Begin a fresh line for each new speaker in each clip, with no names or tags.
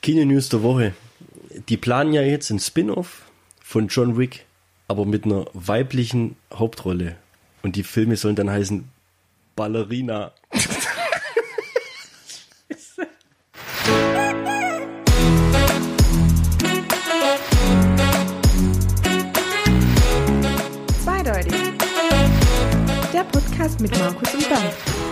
Kino News der Woche. Die planen ja jetzt ein Spin-off von John Wick, aber mit einer weiblichen Hauptrolle. Und die Filme sollen dann heißen Ballerina.
Zweideutig. Der Podcast mit Markus und Dampf.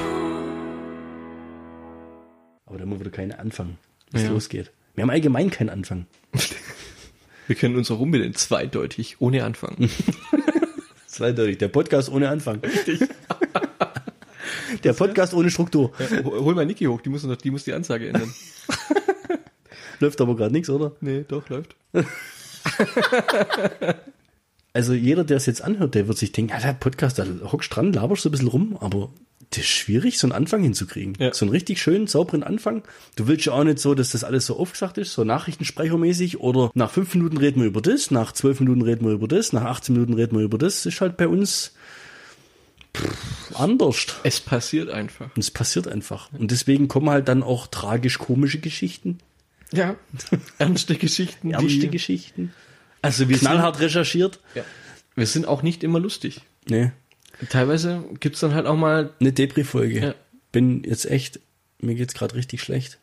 Aber da muss wieder keinen anfangen, was
Ja.
losgeht. Wir haben allgemein keinen Anfang.
Wir können uns auch unbedingt zweideutig, ohne
Mhm.
Anfang.
Zweideutig. Der Podcast ohne Anfang. Richtig. Der Podcast ohne Struktur.
Hol mal Niki hoch, die muss, noch, die muss die Ansage ändern.
Läuft aber gerade nichts, oder?
nee, doch, läuft.
Also jeder, der es jetzt anhört, der wird sich denken, ja, der Podcast, da hockst dran, laberst so ein bisschen rum, aber das ist schwierig, so einen Anfang hinzukriegen.
Ja.
So einen richtig schönen, sauberen Anfang. Du willst ja auch nicht so, dass das alles so aufgesagt ist, so nachrichtensprechermäßig oder nach fünf Minuten reden wir über das, nach zwölf Minuten reden wir über das, nach 18 Minuten reden wir über das. Das ist halt bei uns pff, anders.
Es passiert einfach.
Und es passiert einfach. Und deswegen kommen halt dann auch tragisch-komische Geschichten,
Ja. Ernste Geschichten.
ernste
die-
Geschichten.
Also wir
Knallhart recherchiert.
sind, ja. wir sind auch nicht immer lustig.
Nee,
Teilweise gibt's dann halt auch mal
eine Depri-Folge.
Ja.
Bin jetzt echt, mir geht's gerade richtig schlecht.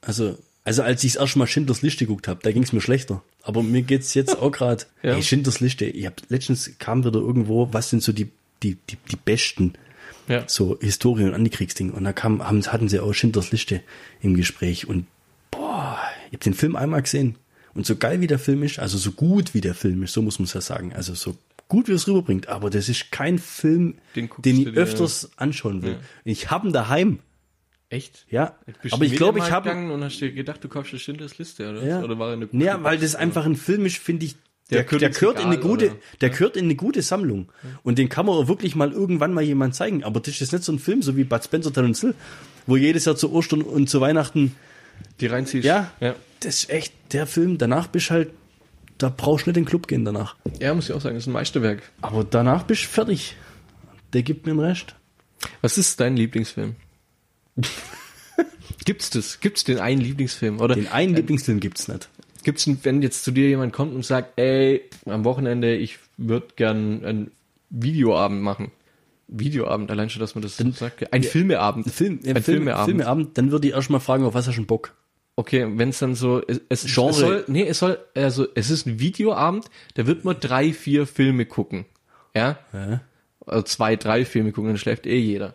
Also, also als ich das erste Mal Schindlers Liste geguckt habe, da ging's mir schlechter. Aber mir geht's jetzt auch gerade.
Ja.
Hey, Schindlers Liste, ich hab, letztens kam wieder irgendwo, was sind so die, die, die, die besten
ja.
so Historien und Antikriegsding. Und da kam, haben, hatten sie auch Schindlers Liste im Gespräch. Und boah, ich habe den Film einmal gesehen. Und so geil wie der Film ist, also so gut wie der Film ist, so muss man es ja sagen. Also so gut wie es rüberbringt. Aber das ist kein Film, den,
Den guckst du
ich
dir-
öfters anschauen will. Ich habe ihn daheim.
echt.
Ja,
Bist
aber
du
ich glaube, ich
Mediamarkt
habe
gegangen und hast dir gedacht, du kaufst eine Schindlers Liste oder? was?
ja.
Oder war er eine
ja, weil das einfach ein Film ist, finde ich.
Der
Der, der,
gehört
der gehört
ins
in eine
Regal,
gute,
oder?
der gehört in eine gute Sammlung. Und den kann man auch wirklich mal irgendwann mal jemand zeigen. Aber das ist jetzt nicht so ein Film, so wie Bud Spencer Terence Hill, wo jedes Jahr zu Ostern und zu Weihnachten,
die reinziehst.
ja,
ja.
das ist echt der Film. Danach bist halt, da brauchst du nicht in den Club gehen danach.
Ja, muss ich auch sagen, das ist ein Meisterwerk.
Aber danach bist du fertig. Der gibt mir den Rest.
Was ist dein Lieblingsfilm? gibt's das? Gibt's den einen Lieblingsfilm? Oder
Den einen Lieblingsfilm gibt's nicht.
gibt's einen, wenn jetzt zu dir jemand kommt und sagt, ey, am Wochenende, ich würde gern einen Videoabend machen. Videoabend, allein schon, dass man das so sagt. Ein Filmeabend.
Ein Film, ja, Film,
ein Filmeabend.
Filmeabend, dann würde ich erst mal fragen, auf was hast du denn Bock?
Okay, wenn es dann so, es, es,
Genre.
es soll, nee, es soll, also es ist ein Videoabend, da wird man drei, vier Filme gucken. Ja? Also zwei, drei Filme gucken, dann schläft eh jeder.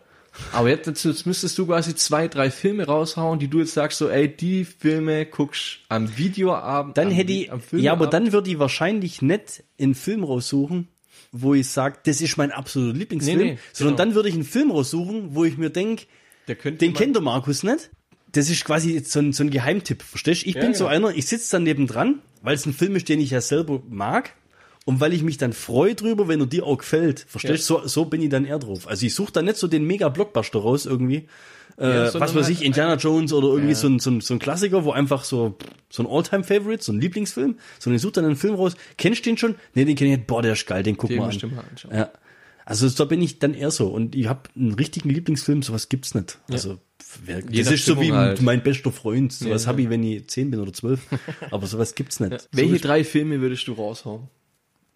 Aber jetzt, jetzt, jetzt müsstest du quasi zwei, drei Filme raushauen, die du jetzt sagst, so, ey, die Filme guckst am Videoabend.
Dann
am,
hätte
Vi-
ich,
am Filmeabend.
ja, aber dann würde ich wahrscheinlich nicht einen Film raussuchen, wo ich sage, das ist mein absoluter Lieblingsfilm,
Nee, nee,
sondern
genau.
dann würde ich einen Film raussuchen, wo ich mir denke,
der könnte
den
man-
kennt der Markus nicht. Das ist quasi jetzt so ein, so ein Geheimtipp, verstehst du? Ich bin so
genau.
einer, ich sitze dann nebendran, weil es ein Film ist, den ich ja selber mag und weil ich mich dann freue drüber, wenn er dir auch gefällt, verstehst du? So, so bin ich dann eher drauf. Also ich suche dann nicht so den Mega-Blockbuster raus irgendwie,
Ja,
äh,
sondern
was weiß
halt
ich, Indiana Jones oder irgendwie so, ein, so, ein, so ein Klassiker, wo einfach so, so ein All-Time-Favorite, so ein Lieblingsfilm, sondern ich suche dann einen Film raus, kennst du den schon? Nee, den kenn ich nicht, boah, der ist geil, den guck
Den
mal
musst du
an.
mal anschauen.
Ja. Also da bin ich dann eher so und ich habe einen richtigen Lieblingsfim, sowas gibt's nicht. Also wer, das ist so
Stimmung
wie
halt.
mein bester Freund, sowas
Ja,
hab habe ich, wenn ich zehn bin oder zwölf, aber sowas gibt's nicht. So
Welche
ist-
drei Filme würdest du raushauen?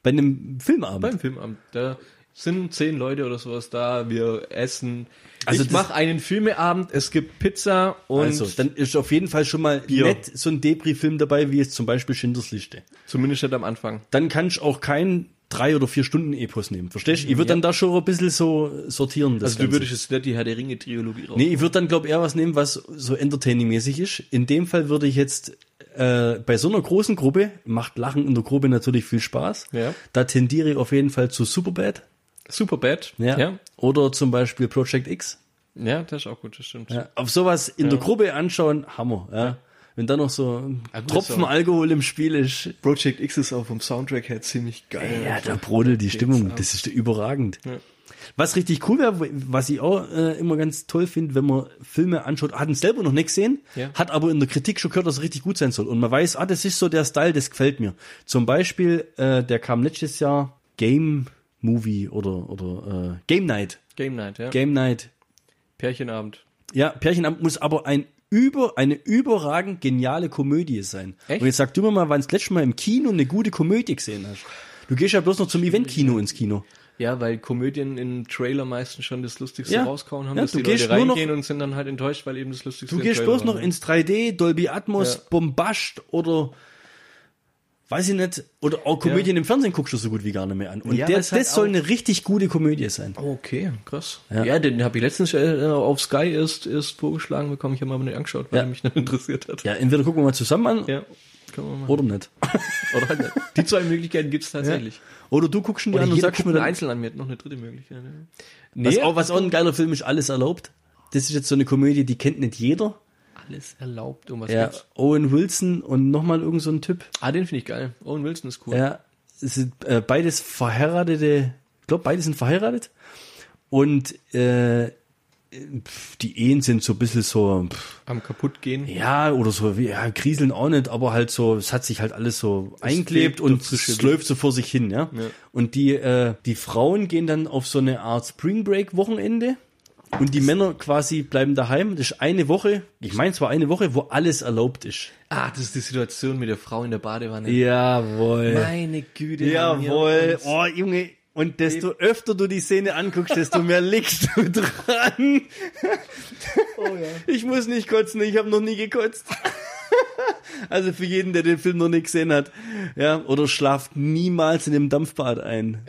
bei einem Filmabend.
Beim Filmamt. Da sind zehn Leute oder sowas da, wir essen.
Also
ich
das-
mache einen Filmeabend, es gibt Pizza und
also, dann ist auf jeden Fall schon mal
Bier.
nett so ein Debris-Film dabei, wie jetzt zum Beispiel Schindlers Liste.
zumindest nicht am Anfang.
Dann kannst du auch kein drei oder vier Stunden Epos nehmen, verstehst du? Ich würde dann da schon ein bisschen so sortieren. Das
Also du
Ganze.
würdest jetzt nicht die Herr der Ringe Trilogie raus.
Nee, ich würde dann, glaube eher was nehmen, was so entertaining-mäßig ist. In dem Fall würde ich jetzt äh, bei so einer großen Gruppe, macht Lachen in der Gruppe natürlich viel Spaß.
Ja.
Da tendiere ich auf jeden Fall zu Superbad.
Superbad. ja.
Oder zum Beispiel Project X.
Ja, das ist auch gut, das stimmt.
Ja. Auf sowas in der Gruppe anschauen, Hammer. Ja. Wenn da noch so ein
Ah, gut,
Tropfen
so.
Alkohol im Spiel ist,
Project X ist auch vom Soundtrack her ziemlich geil.
Ja, da brodelt die Stimmung. Das ist überragend. Was richtig cool wäre, was ich auch äh, immer ganz toll finde, wenn man Filme anschaut, hat ihn selber noch nicht gesehen,
Ja.
hat aber in der Kritik schon gehört, dass es richtig gut sein soll. Und man weiß, ah, das ist so der Style, das gefällt mir. Zum Beispiel, äh, der kam letztes Jahr Game Movie oder, oder äh, Game Night.
Game Night, ja.
Game Night.
Pärchenabend.
Ja, Pärchenamt muss aber ein über, eine überragend geniale Komödie sein.
Echt?
Und jetzt sag du mir mal, wann das letzte Mal im Kino eine gute Komödie gesehen hast. Du gehst ja bloß noch zum Eventkino ins Kino.
Ja, weil Komödien im Trailer meistens schon das Lustigste
Ja.
rausgehauen haben,
Ja,
dass
du
die
gehst
Leute
nur noch-
reingehen und sind dann halt enttäuscht, weil eben das Lustigste
Du
im
gehst
Trailer
bloß noch
war.
ins 3D, Dolby Atmos,
Ja.
Bombast oder weiß ich nicht, oder auch Komödien im Fernsehen guckst du so gut wie gar nicht mehr an. Und
Ja,
der,
weil's
das
halt
soll
auch-
eine richtig gute Komödie sein.
Okay, krass. Ja, den habe ich letztens äh, auf Sky erst, erst vorgeschlagen bekommen. Ich habe ihn aber nicht angeschaut, weil
Ja.
er mich nicht interessiert hat.
Ja, entweder gucken wir mal zusammen an
Ja, kann man machen.
oder nicht.
Oder halt nicht. Die zwei Möglichkeiten gibt's tatsächlich.
Oder du guckst ihn dir
Oder
an und
jeder
sagst
guckt
mir
einen
dann,
einzeln an mir hat noch eine dritte Möglichkeit. Ja.
was,
Nee,
auch, was auch ein geiler Film ist, alles erlaubt. Das ist jetzt so eine Komödie, die kennt nicht jeder.
alles erlaubt, um was
Ja,
geht's.
Owen Wilson und nochmal irgend so ein Typ.
Ah, den finde ich geil. Owen Wilson ist cool.
Ja, es sind äh, beides verheiratete, ich glaube, beide sind verheiratet. Und äh, pf, die Ehen sind so ein bisschen so, pf,
Am kaputtgehen.
ja, oder so, wie, ja, kriseln auch nicht, aber halt so, es hat sich halt alles so eingeklebt
klebt
und
dazu
es
schön.
läuft so vor sich hin, ja.
Ja.
Und die, äh, die Frauen gehen dann auf so eine Art Spring Break Wochenende. Und die Männer quasi bleiben daheim. Das ist eine Woche, ich meine zwar eine Woche, wo alles erlaubt ist.
Ah, das ist die Situation mit der Frau in der Badewanne.
Jawohl.
Meine Güte. haben wir
Jawohl.
uns-
Oh, Junge. Und desto öfter du die Szene anguckst, desto mehr liegst du dran.
Oh.
Ich muss nicht kotzen, ich habe noch nie gekotzt. Also für jeden, der den Film noch nicht gesehen hat. Ja, oder schlaft niemals in dem Dampfbad ein.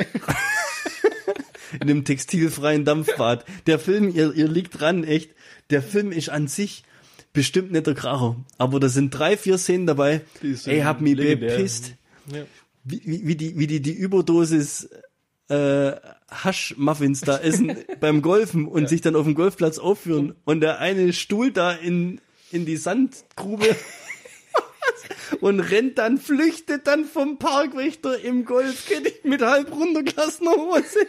In dem textilfreien Dampfbad. Der Film, ihr, ihr liegt dran, echt. Der Film ist an sich bestimmt nicht der Kracher. Aber da sind drei, vier Szenen dabei.
Die sind
Ey, hab mich
legendär.
bepisst
Ja.
wie, wie, wie die, wie die, die Überdosis äh, Hasch-Muffins da essen beim Golfen und sich dann auf dem Golfplatz aufführen und der eine Stuhl da in, in die Sandgrube und rennt dann, flüchtet dann vom Parkwächter im Golfkett mit halb runtergelassener Hose.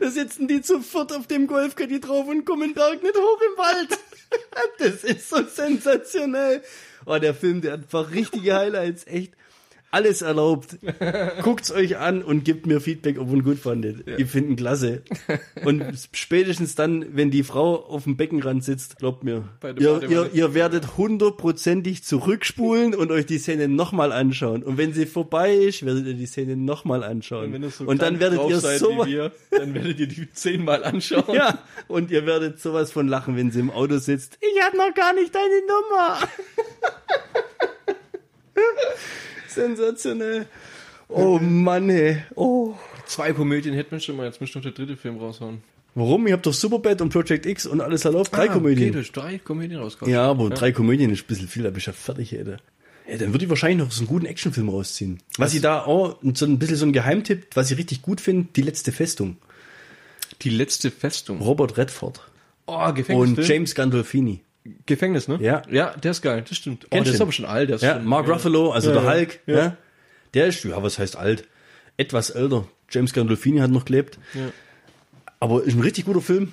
Da sitzen die zu viert auf dem Golfkett drauf und kommen Berg nicht hoch im Wald. Das ist so sensationell. Oh, der Film, der hat einfach richtige Highlights, echt. Alles erlaubt. Guckt's euch an und gebt mir Feedback, ob ihr ihn gut fandet. Ihr finden klasse. Und spätestens dann, wenn die Frau auf dem Beckenrand sitzt, glaubt mir,
Bei der
ihr,
Badewanne.
ihr, ihr werdet hundertprozentig zurückspulen und euch die Szene nochmal anschauen. Und wenn sie vorbei ist, werdet ihr die Szene nochmal anschauen.
Wenn ihr
Und,
so
dann
krank
werdet
drauf
ihr
seid
so
wie wir, dann werdet ihr die zehnmal anschauen.
ja, und ihr werdet sowas von lachen, wenn sie im Auto sitzt. Ich hab noch gar nicht deine Nummer. Sensationell. Oh Mann, ey. Oh.
Zwei Komödien hätten wir schon mal, jetzt müsst ihr noch der dritte Film raushauen.
Warum? Ihr habt doch Superbad und Project X und alles erlaubt. Drei
Ah, Okay, du
Komödien.
hast drei Komödien rausgehauen.
Ja, aber drei Komödien ist ein bisschen viel, da bist du ja fertig, ey. da. Ja, dann würde ich wahrscheinlich noch so einen guten Actionfilm rausziehen. Was ich da auch, so ein bisschen so ein Geheimtipp, was ich richtig gut finde, die letzte Festung.
Die letzte Festung.
Robert Redford
Oh, Gefängnis.
und James Gandolfini.
Gefängnis, ne?
ne? Ja.
Ja, der ist geil, das stimmt. Oh,
Kennt
der ist
den.
aber schon alt. Der ist
Ja,
schon,
Mark
ja.
Ruffalo, also
Ja,
der
ja,
Hulk, ja. der ist, ja, was heißt alt? Etwas älter. James Gandolfini hat noch gelebt.
Ja.
Aber ist ein richtig guter Film.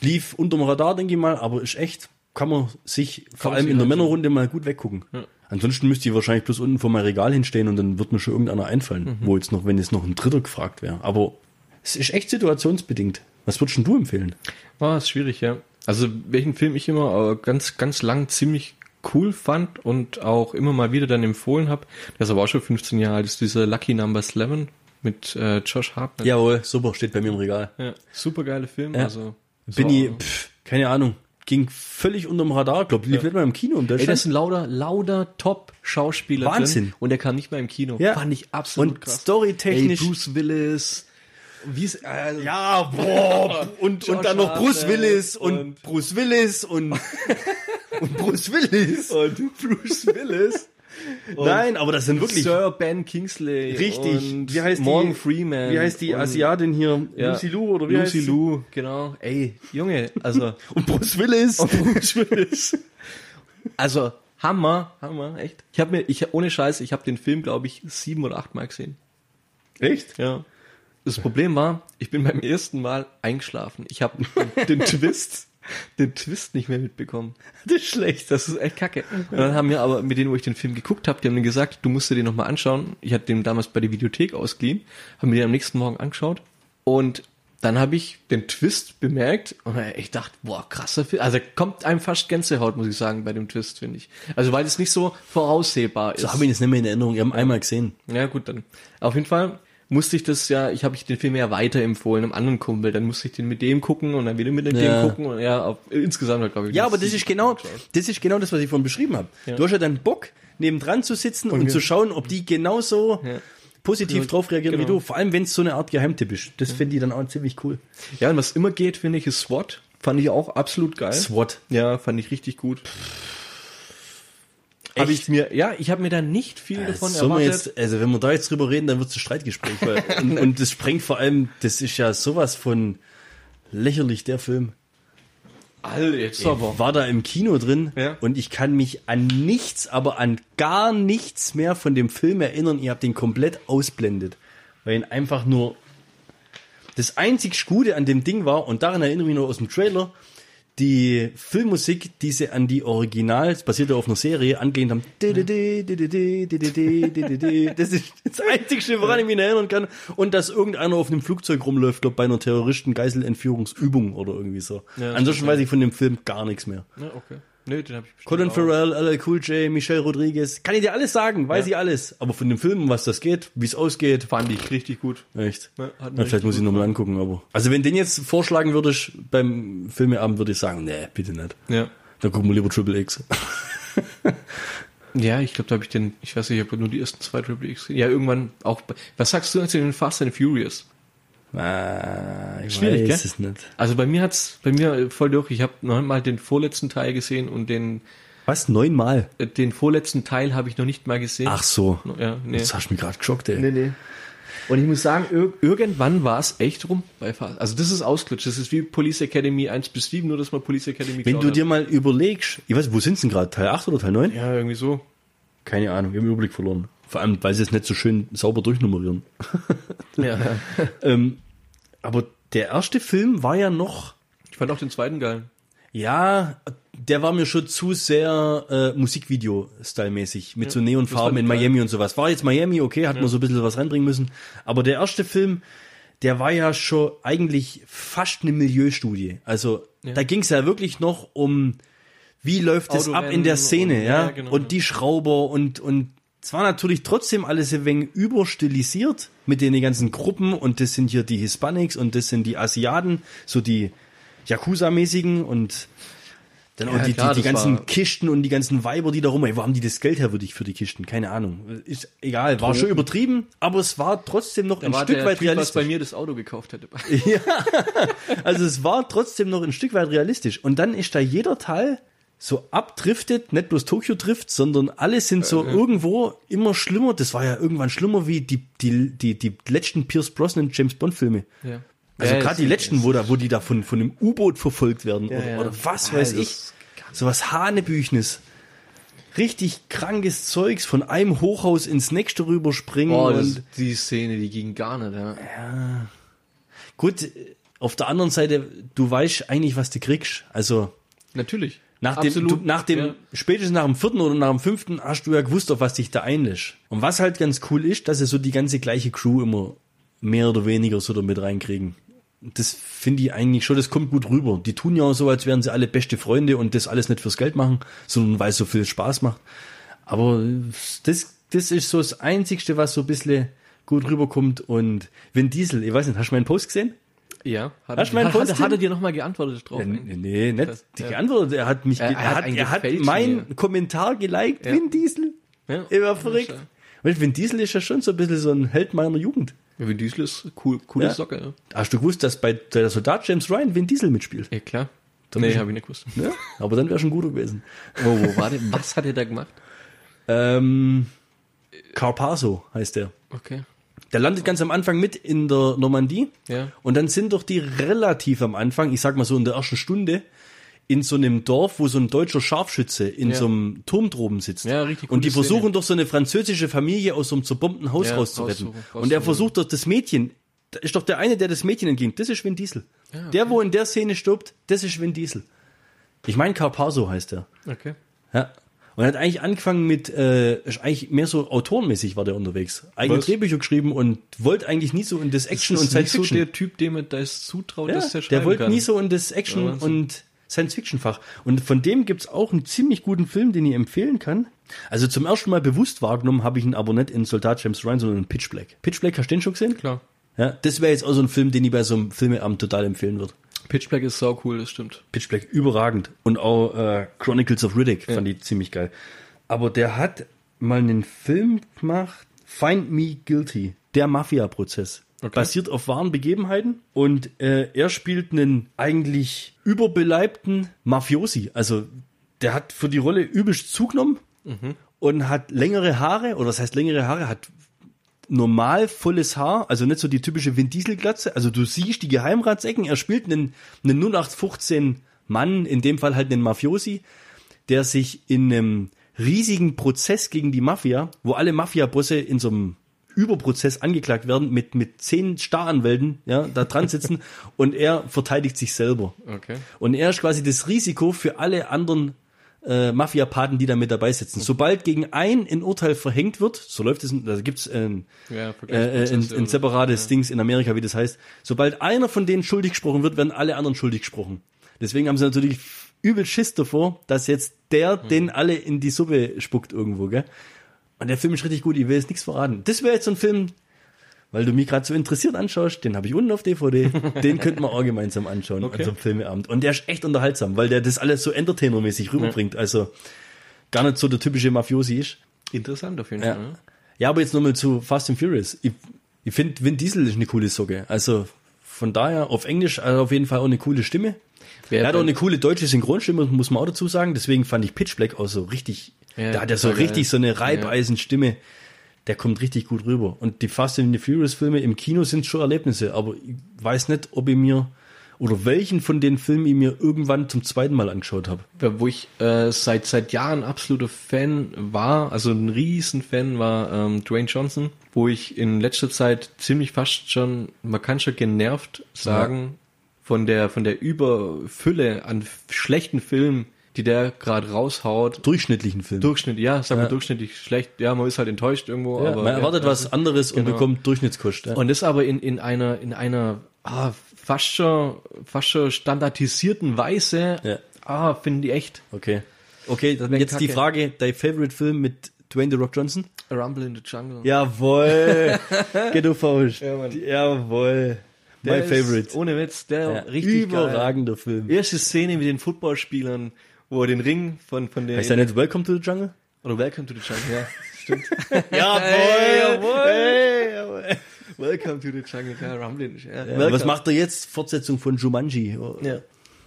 Lief unterm Radar, denke ich mal, aber ist echt, kann man sich vor
man
allem
sich
in der
ansehen.
Männerrunde mal gut weggucken. Ansonsten müsste ich wahrscheinlich bloß unten vor mein Regal hinstehen und dann wird mir schon irgendeiner einfallen,
Mhm.
wo jetzt noch, wenn jetzt noch ein Dritter gefragt wäre. Aber es ist echt situationsbedingt. Was würdest denn du empfehlen?
War Ah, ist schwierig, ja. Also welchen Film ich immer äh, ganz, ganz lang ziemlich cool fand und auch immer mal wieder dann empfohlen habe, der ist aber auch schon 15 Jahre alt, ist dieser Lucky Number 11 mit äh, Josh Hartnett.
Jawohl, super, steht bei mir im Regal.
ja. Super geile Film,
Ja.
also.
Bin
so-
ich, pff, keine Ahnung, ging völlig unterm Radar, glaub, lief nicht mal im Kino in
Ey,
Deutschland.
das sind lauter, lauter Top-Schauspieler
Wahnsinn.
drin. Und der kam nicht mal im Kino.
Ja.
Fand ich absolut
Und
krass.
storytechnisch-
Ey, Bruce Willis. Wie ist, äh,
Ja, boah, und,
George
und dann noch Bruce
Hartnett
Willis und,
und-
Bruce Willis und, und Bruce Willis.
Und Bruce Willis.
Nein, aber das sind wirklich
Sir Ben Kingsley.
richtig.
Und
wie heißt
Morgan
die,
Freeman.
Wie heißt die
und-
Asiatin hier?
Ja.
Lucy Lou oder wie heißt
Lucy
sie? Um
Lou, genau. Ey, Junge, also.
Und Bruce Willis.
Bruce Willis. Also, Hammer, Hammer, echt. Ich habe mir, ich, ohne Scheiß, ich habe den Film, glaube ich, sieben oder acht Mal gesehen.
Echt?
Ja. Das Problem war, ich bin beim ersten Mal eingeschlafen. Ich habe den Twist, den Twist nicht mehr mitbekommen.
Das ist schlecht.
Das ist echt kacke. Und dann haben wir aber mit denen, wo ich den Film geguckt habe, die haben mir gesagt, du musst dir den nochmal anschauen. Ich hatte den damals bei der Videothek ausgeliehen, haben mir den am nächsten Morgen angeschaut und dann habe ich den Twist bemerkt und ich dachte, boah, krasser Film. Also kommt einem fast Gänsehaut, muss ich sagen, bei dem Twist, finde ich. Also weil es nicht so voraussehbar ist.
So habe ich das nicht mehr in Erinnerung. Wir haben einmal gesehen.
Ja, gut, dann. Auf jeden Fall musste ich das ja, ich habe ich den Film ja weiterempfohlen, einem anderen Kumpel, dann musste ich den mit dem gucken und dann wieder mit dem
Ja.
gucken und ja, auf, insgesamt halt, glaube ich.
Ja,
das
aber das ist genau, das ist genau das, was ich vorhin beschrieben habe. Du hast ja dann Bock, nebendran zu sitzen und,
wir-
zu schauen, ob die genauso positiv drauf reagieren wie
Genau.
du. Vor allem, wenn es so eine Art Geheimtipp ist. Das finde ich dann auch ziemlich cool.
Ja, und was immer geht, finde ich, ist SWAT. Fand ich auch absolut geil.
SWAT.
Ja, fand ich richtig gut. Habe ich mir, ja, ich habe mir da nicht viel davon
Sollen wir
erwartet.
Äh, jetzt, also wenn wir da jetzt drüber reden, dann wird es ein Streitgespräch. Weil, und, und das sprengt vor allem, das ist ja sowas von lächerlich, der Film.
Alle jetzt aber.
war da im Kino drin
Ja.
und ich kann mich an nichts, aber an gar nichts mehr von dem Film erinnern. Ihr habt ihn komplett ausblendet, weil ihn einfach nur das einzig Gute an dem Ding war und daran erinnere ich mich noch aus dem Trailer, die Filmmusik, die sie an die Original, es basiert ja auf einer Serie, angelehnt haben. Das ist das Einzige, woran ich mich erinnern kann. Und dass irgendeiner auf einem Flugzeug rumläuft, glaube bei einer Terroristen-Geiselentführungsübung oder irgendwie so.
Ja, Genau.
Ansonsten weiß ich von dem Film gar nichts mehr.
Ja, Ne, okay. Nö, den habe ich bestimmt
Colin
auch.
Farrell, LL Cool J, Michelle Rodriguez, kann ich dir alles sagen, weiß
Ja.
ich alles. Aber von dem Film, um was das geht, wie es ausgeht,
Fand ich richtig gut.
echt.
Ja, hat mir
Na,
richtig
vielleicht muss ich nochmal angucken, aber. Also wenn den jetzt vorschlagen würdest beim Filmeabend, würde ich sagen, nee, bitte nicht.
Ja.
Dann gucken wir lieber Triple X.
Ja, ich glaube, da habe ich den, ich weiß nicht, ich habe nur die ersten zwei Triple X gesehen. Ja, irgendwann auch. bei- Was sagst du zu den Fast and Furious?
Ah, ich
Schwierig,
weiß
gell?
es nicht.
Also bei mir hat's, bei mir äh, voll durch. Ich habe mal den vorletzten Teil gesehen und den,
Was? Neunmal?
äh, den vorletzten Teil habe ich noch nicht mal gesehen.
Ach so.
Ja, nee.
Jetzt hast du mich gerade geschockt, ey.
Nee, nee. Und ich muss sagen, ir irgendwann war es echt rum bei Fast. Also das ist ausgelutscht. Das ist wie Police Academy 1 bis 7, nur dass man Police Academy
Wenn
geschaut
du
hat.
dir mal überlegst, ich weiß, wo sind denn gerade? Teil 8 oder Teil 9?
Ja, irgendwie so.
Keine Ahnung, ich habe den Überblick verloren. Vor allem, weil sie es nicht so schön sauber durchnummerieren.
Ja.
Ähm, aber der erste Film war ja noch,
Ich fand auch den zweiten geil.
ja, der war mir schon zu sehr äh, Musikvideo-Style-mäßig mit so Neonfarben
das
in
war
Miami und sowas. War jetzt Miami, okay, hat man so ein bisschen was reinbringen müssen. Aber der erste Film, der war ja schon eigentlich fast eine Milieustudie. Also da ging es ja wirklich noch um, wie läuft es ab in der
Autorennen
Szene,
und-
ja?
ja, genau,
und die Schrauber und, und es war natürlich trotzdem alles ein wenig überstilisiert mit den ganzen Gruppen und das sind hier die Hispanics und das sind die Asiaten, so die Yakuza-mäßigen und dann
Ja,
auch die,
klar,
die, die
das
ganzen
war-
Kisten und die ganzen Weiber, die da rum, ey, wo haben die das Geld her, würde ich für die Kisten? Keine Ahnung. Ist egal, war schon übertrieben, aber es war trotzdem noch ein
war
Stück
der
weit
typ, was bei
realistisch.
mir das Auto gekauft hätte.
Also es war trotzdem noch ein Stück weit realistisch. Und dann ist da jeder Teil so abdriftet, nicht bloß Tokio trifft, sondern alle sind so
Äh,
irgendwo immer schlimmer. Das war ja irgendwann schlimmer wie die, die, die, die letzten Pierce Brosnan James Bond Filme.
Ja.
Also
Ja,
gerade
ist-
die letzten, wo, da, wo die da von, von einem U-Boot verfolgt werden oder,
ja.
oder was weiß
Ah, das
ich. Sowas Hanebüchnes. Richtig krankes Zeugs von einem Hochhaus ins nächste rüberspringen.
Boah,
und
das, die Szene, die ging gar nicht. Ja.
gut, auf der anderen Seite, du weißt eigentlich, was du kriegst. Also
Natürlich.
Nach dem, du, nach dem
Ja.
spätestens nach dem vierten oder nach dem fünften hast du ja gewusst, auf was dich da einlässt. Und was halt ganz cool ist, dass sie so die ganze gleiche Crew immer mehr oder weniger so damit reinkriegen. Das finde ich eigentlich schon, das kommt gut rüber. Die tun ja auch so, als wären sie alle beste Freunde und das alles nicht fürs Geld machen, sondern weil es so viel Spaß macht. Aber das, das ist so das Einzigste, was so ein bisschen gut rüberkommt. Und Vin Diesel, ich weiß nicht, hast du meinen Post gesehen?
Ja. Hat,
Hast du meinen
hat, hat,
Posting?
hat er dir nochmal geantwortet drauf?
Ja, n- nee, nicht
Das-
die
ja.
geantwortet. Er hat mich,
Er-
ge-
er
er
hat
hat,
einen
er hat
gefälscht
meinen
mir.
Kommentar geliked,
Ja.
Vin Diesel.
Ja.
Immer verrückt.
Ja.
Weil Vin Diesel ist ja schon so ein bisschen so ein Held meiner Jugend.
Ja, Vin Diesel ist cool, coole
Ja.
Socke. Ja,
Hast du gewusst, dass bei der Soldat James Ryan Vin Diesel mitspielt?
ja klar.
Dann
nee,
bist-
habe ich nicht gewusst.
Ja? Aber dann wäre schon gut gewesen.
Oh, wo war der? Was hat er da gemacht?
Ähm, Carpasso heißt der.
Okay.
Der landet ganz am Anfang mit in der Normandie.
Ja.
Und dann sind doch die relativ am Anfang, ich sag mal so in der ersten Stunde, in so einem Dorf, wo so ein deutscher Scharfschütze in
Ja.
so einem Turm droben sitzt.
Ja, richtig
Und die
coole
versuchen
Szene.
doch so eine französische Familie aus so einem zerbombten Haus
Ja,
rauszuretten.
raussuchen,
Und er
raussuchen.
versucht doch das Mädchen, da ist doch der eine, der das Mädchen entging, das ist Vin Diesel.
Ja, okay.
Der, wo in der Szene stirbt, das ist Vin Diesel. Ich meine, Carpaso heißt er.
Okay.
Ja. Und hat eigentlich angefangen mit, äh, ist eigentlich mehr so autorenmäßig war der unterwegs. Eigene
Was?
Drehbücher geschrieben und wollte eigentlich nie so in das Action
ist
und Science
nicht so
Fiction.
der Typ, dem man das zutraut,
ja,
dass der schreiben
der wollte
kann.
nie so in das Action
Ja, Wahnsinn.
und Science-Fiction-Fach. Und von dem gibt's auch einen ziemlich guten Film, den ich empfehlen kann. Also zum ersten Mal bewusst wahrgenommen habe ich ihn aber nicht in Soldat James Ryan, sondern in Pitch Black. Pitch Black, hast du den schon gesehen?
Klar.
Ja, das wäre jetzt auch so ein Film, den ich bei so einem Filmeamt total empfehlen würde.
Pitch Black ist sau cool, das stimmt.
Pitch Black überragend. Und auch äh, Chronicles of Riddick fand ich ziemlich geil. Aber der hat mal einen Film gemacht, Find Me Guilty, der Mafia-Prozess.
Okay.
Basiert auf wahren Begebenheiten. Und äh, er spielt einen eigentlich überbeleibten Mafiosi. Also der hat für die Rolle übelst zugenommen und hat längere Haare, oder was heißt längere Haare, hat normal volles Haar, also nicht so die typische Vin Diesel Glatze. Also du siehst die Geheimratsecken. Er spielt einen, einen 0815 Mann, in dem Fall halt einen Mafiosi, der sich in einem riesigen Prozess gegen die Mafia, wo alle Mafia-Bosse in so einem Überprozess angeklagt werden, mit, mit zehn Staranwälten, ja, da dran sitzen und er verteidigt sich selber.
Okay.
Und er ist quasi das Risiko für alle anderen äh, Mafia-Paten, die da mit dabei sitzen. Sobald gegen einen ein Urteil verhängt wird, so läuft es, da gibt's ein,
Ja,
äh,
Vergleichsprozesse
ein, ein
und-
separates Dings in Amerika, wie das heißt. Sobald einer von denen schuldig gesprochen wird, werden alle anderen schuldig gesprochen. Deswegen haben sie natürlich übel Schiss davor, dass jetzt der
Hm.
den alle in die Suppe spuckt irgendwo, gell? Und der Film ist richtig gut, ich will jetzt nichts verraten. Das wäre jetzt so ein Film, weil du mich gerade so interessiert anschaust, den habe ich unten auf DVD, den könnten wir auch gemeinsam anschauen an so einem Filmeabend. Und der ist echt unterhaltsam, weil der das alles so entertainermäßig rüberbringt. Also gar nicht so der typische Mafiosi ist.
Interessant auf jeden
Ja.
Fall. ne?
Ja, aber jetzt nochmal zu Fast and Furious. Ich, ich finde, Vin Diesel ist eine coole Socke. Also von daher auf Englisch also auf jeden Fall auch eine coole Stimme.
Wer
er
hat
hat auch
denn-
eine coole deutsche Synchronstimme, muss man auch dazu sagen. Deswegen fand ich Pitch Black auch so richtig.
Ja,
da hat er so
total geil.
richtig so eine Reibeisenstimme. Der kommt richtig gut rüber. Und die Fast and the Furious Filme im Kino sind schon Erlebnisse. Aber ich weiß nicht, ob ich mir oder welchen von den Filmen ich mir irgendwann zum zweiten Mal angeschaut habe.
Wer- Wo ich äh, seit, seit Jahren absoluter Fan war, also ein riesen Fan war ähm, Dwayne Johnson, wo ich in letzter Zeit ziemlich fast schon, man kann schon genervt sagen, von der von der Überfülle an f- schlechten Filmen, die der gerade raushaut.
Durchschnittlichen Film.
Durchschnitt, ja, sagen wir
Ja.
durchschnittlich schlecht, ja, man ist halt enttäuscht irgendwo,
ja,
aber
man erwartet
ja, genau.
was anderes und bekommt Durchschnittskost. Ja.
Und das aber in, in einer, in einer ah, fast, schon, fast schon standardisierten Weise,
Ja.
ah, finde ich echt
Okay. Okay, dann
Wär
jetzt die
kacke.
Frage, dein Favorite Film mit Dwayne The Rock Johnson?
A Rumble in the Jungle.
Jawohl. Geh du Faust.
Ja, Mann.
Jawohl. My
Der ist,
favorite.
Ohne Witz, der
Ja,
richtig geil.
Überragender Film.
Erste Szene mit den Footballspielern, wo er den Ring von, von der,
Heißt er nicht Welcome to the Jungle?
oder Welcome to the Jungle, ja, stimmt.
jawohl.
Hey, jawohl. Welcome to the Jungle, ja, Rumble in the Jungle.
Ja, was macht er jetzt? Fortsetzung von Jumanji.
Ja.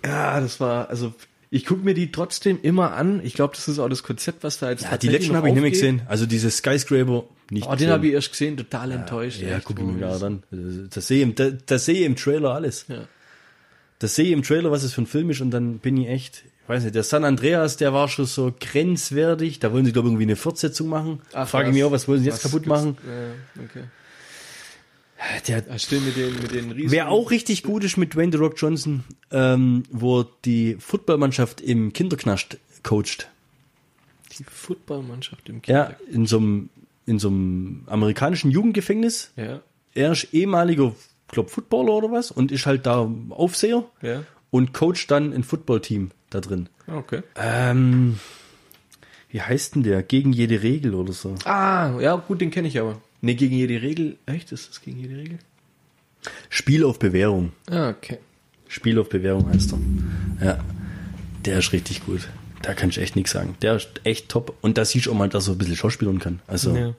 ja, das war, also, ich gucke mir die trotzdem immer an. Ich glaube, das ist auch das Konzept, was da jetzt
Ja, die letzten habe ich nicht mehr gesehen. Also diese Skyscraper nicht.
Oh, den
gesehen.
habe ich erst gesehen, total enttäuscht.
ja,
echt, Oh,
guck ich
wo
mir
ist-
gerade an. Das- Das sehe ich, im- das, das sehe ich im Trailer alles.
Ja.
Das sehe ich im Trailer, was es für ein Film ist, und dann bin ich echt, ich weiß nicht, der San Andreas, der war schon so grenzwertig. Da wollen sie, glaube ich, irgendwie eine Fortsetzung machen.
Ach,
Frage ich mich
was-
auch, was wollen sie jetzt
was
kaputt
gibt's-
machen?
Ja, okay.
Der,
Ah, still mit den, mit den Riesen.
wer auch richtig gut ist mit Dwayne The Rock Johnson, ähm, wo die Footballmannschaft im Kinderknast coacht.
Die Footballmannschaft im
Ja, in so einem, in so einem amerikanischen Jugendgefängnis.
Ja.
Er ist ehemaliger, glaub, Footballer oder was und ist halt da Aufseher
Ja.
und coacht dann ein Footballteam da drin.
Ah, Okay.
Ähm, wie heißt denn der? Gegen jede Regel oder so.
Ah, ja, gut, den kenne ich aber. Nee, gegen jede Regel. Echt? Ist das gegen jede Regel?
Spiel auf Bewährung.
Ah, okay.
Spiel auf Bewährung heißt er. Ja, der ist richtig gut. Da kann ich echt nichts sagen. Der ist echt top. Und da siehst du auch mal, dass er ein bisschen schauspielern kann. Also
Ja.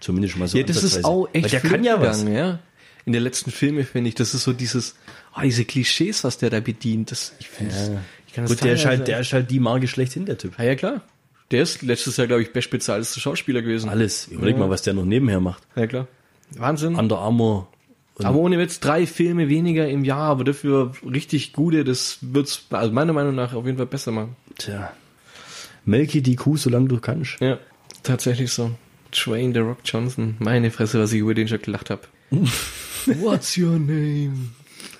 zumindest schon mal so.
Ja, das ist
ansatzweise.
auch echt
Weil der kann ja was.
flöten gegangen, ja. In den letzten Filmen finde ich, das ist so dieses, ah, diese Klischees, was der da bedient. Das, ich finde das, ich kann das
Gut, der ist,
teilweise-
halt, der ist halt die Marke schlechthin, der Typ.
Ah, ja, klar. Der ist letztes Jahr, glaube ich, bestbezahltester Schauspieler gewesen.
Alles. Überleg mal, was der noch nebenher macht.
Ja, klar. Wahnsinn.
Under Armour. Und
Aber ohne Witz, drei Filme weniger im Jahr, aber dafür richtig gute, das wird's, also meiner Meinung nach, auf jeden Fall besser machen.
tja. Melke die Kuh, solange du kannst.
Ja, tatsächlich so. Train the Rock Johnson. Meine Fresse, was ich über den schon gelacht habe. What's your name?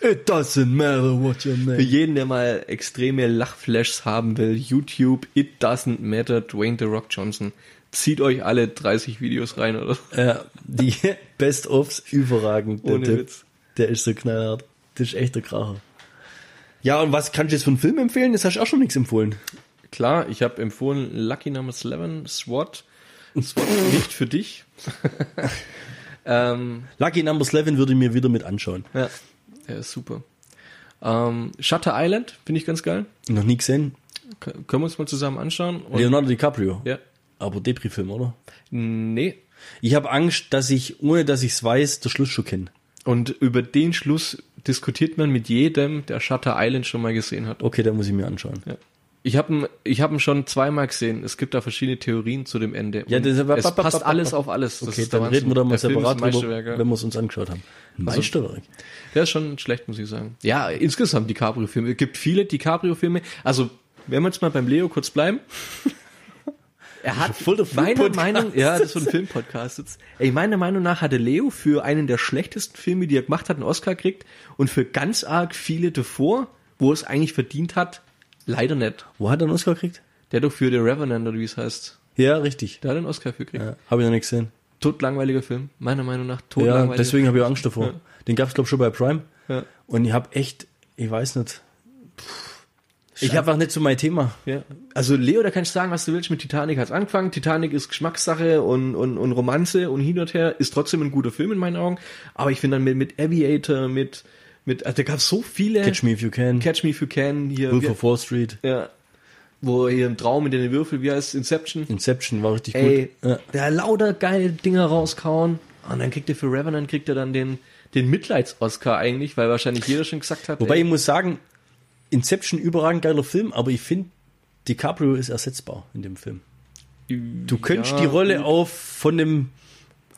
It doesn't matter what your
Für
name.
jeden, der mal extreme Lachflashs haben will, YouTube, It Doesn't Matter, Dwayne The Rock Johnson. Zieht euch alle 30 Videos rein oder so.
Ja, die Best-ofs überragend. Der
Ohne
Typ.
Witz.
Der ist so knallhart. Das ist echt der Kracher. Ja, und was kannst du jetzt für einen Film empfehlen? Das hast du auch schon nichts empfohlen.
Klar, ich habe empfohlen Lucky Number 11, SWAT. SWAT nicht für dich. ähm,
Lucky Number 11 würde ich mir wieder mit anschauen.
ja, der ist super. Ähm, Shutter Island finde ich ganz geil.
Noch nie gesehen.
K können wir uns mal zusammen anschauen. Und,
Leonardo DiCaprio.
ja.
Aber Depri-Film, oder?
Nee.
Ich habe Angst, dass ich, ohne dass ich es weiß, den Schluss schon kenne.
Und über den Schluss diskutiert man mit jedem, der Shutter Island schon mal gesehen hat.
Okay, dann muss ich mir anschauen.
Ja. Ich habe ihn, ich hab ihn schon zweimal gesehen. Es gibt da verschiedene Theorien zu dem Ende.
Ja,
Und
das-
es passt alles auf alles. Das
Okay,
ist der
dann reden wir da mal
Wahnsinn. Der Film
separat
ist ein
drüber,
Meisterwerk, ja.
wenn wir es uns angeschaut haben. Ein Meisterwerk.
Der ist schon schlecht, muss ich sagen. Ja, insgesamt DiCaprio-Filme. Es gibt viele DiCaprio-Filme. Also, wenn wir jetzt mal beim Leo kurz bleiben. Er hat
Voll der
meiner
Filmpodcast.
Meinung, ja, das ist so ein Filmpodcast jetzt. Ey, meiner Meinung nach hatte Leo für einen der schlechtesten Filme, die er gemacht hat, einen Oscar gekriegt und für ganz arg viele davor, wo er es eigentlich verdient hat, leider nicht.
Wo hat er einen Oscar gekriegt?
Der hat doch für The Revenant oder wie es heißt,
Ja, richtig.
der hat einen Oscar für gekriegt.
Ja, habe ich noch nicht gesehen.
Totlangweiliger Film, meiner Meinung nach
Ja,
totlangweiliger.
deswegen habe ich Angst davor.
Ja.
Den gab es, glaube ich, schon bei Prime.
Ja.
Und ich habe echt, ich weiß nicht. Ich
hab-
habe einfach nicht so mein Thema.
Ja. Also Leo, da kannst du sagen, was du willst. Mit Titanic hat's angefangen. Titanic ist Geschmackssache und, und, und Romanze und hin und her. Ist trotzdem ein guter Film in meinen Augen. Aber ich finde dann mit, mit Aviator, mit, mit, also da gab's so viele.
Catch Me If You Can,
Catch Me If You Can, hier.
Wolf of Wall Street,
ja. Wo hier im Traum in den Würfel, wie heißt Inception?
Inception war richtig
Ey,
gut. Ja.
da lauter geile Dinger rauskauen. Und dann kriegt er für Revenant, kriegt er dann den, den Mitleids-Oscar eigentlich, weil wahrscheinlich jeder schon gesagt hat.
Wobei
ey,
ich muss sagen, Inception überragend geiler Film, aber ich finde, DiCaprio ist ersetzbar in dem Film. Du könntest
ja,
die Rolle auf von dem,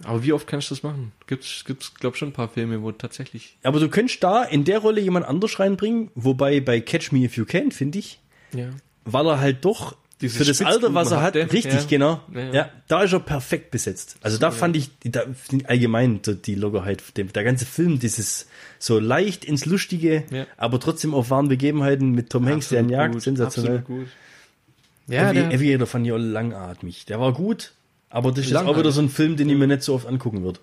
aber wie oft kannst du das machen? Gibt's, gibt's, glaub schon ein paar Filme, wo tatsächlich
aber du könntest da in der Rolle jemand anders reinbringen, wobei bei Catch Me If You Can, finde ich,
Ja.
weil er halt doch
Dieses
für das Alter, was er hat,
Spitzbuben hat,
richtig,
ja.
genau.
Ja,
Ja,
ja.
da ist er perfekt besetzt. Also da fand ich da find ich allgemein so die Lockerheit, der, der ganze Film, dieses so leicht ins Lustige,
Ja.
aber trotzdem auf wahren Begebenheiten mit Tom Hanks, der ihn jagt, sensationell.
Gut.
Ja,
Ja,
Avi-
der,
Aviator fand ich auch langatmig. Der war gut, aber das ist jetzt auch
Langatmig.
wieder so ein Film, den ich mir nicht so oft angucken würde.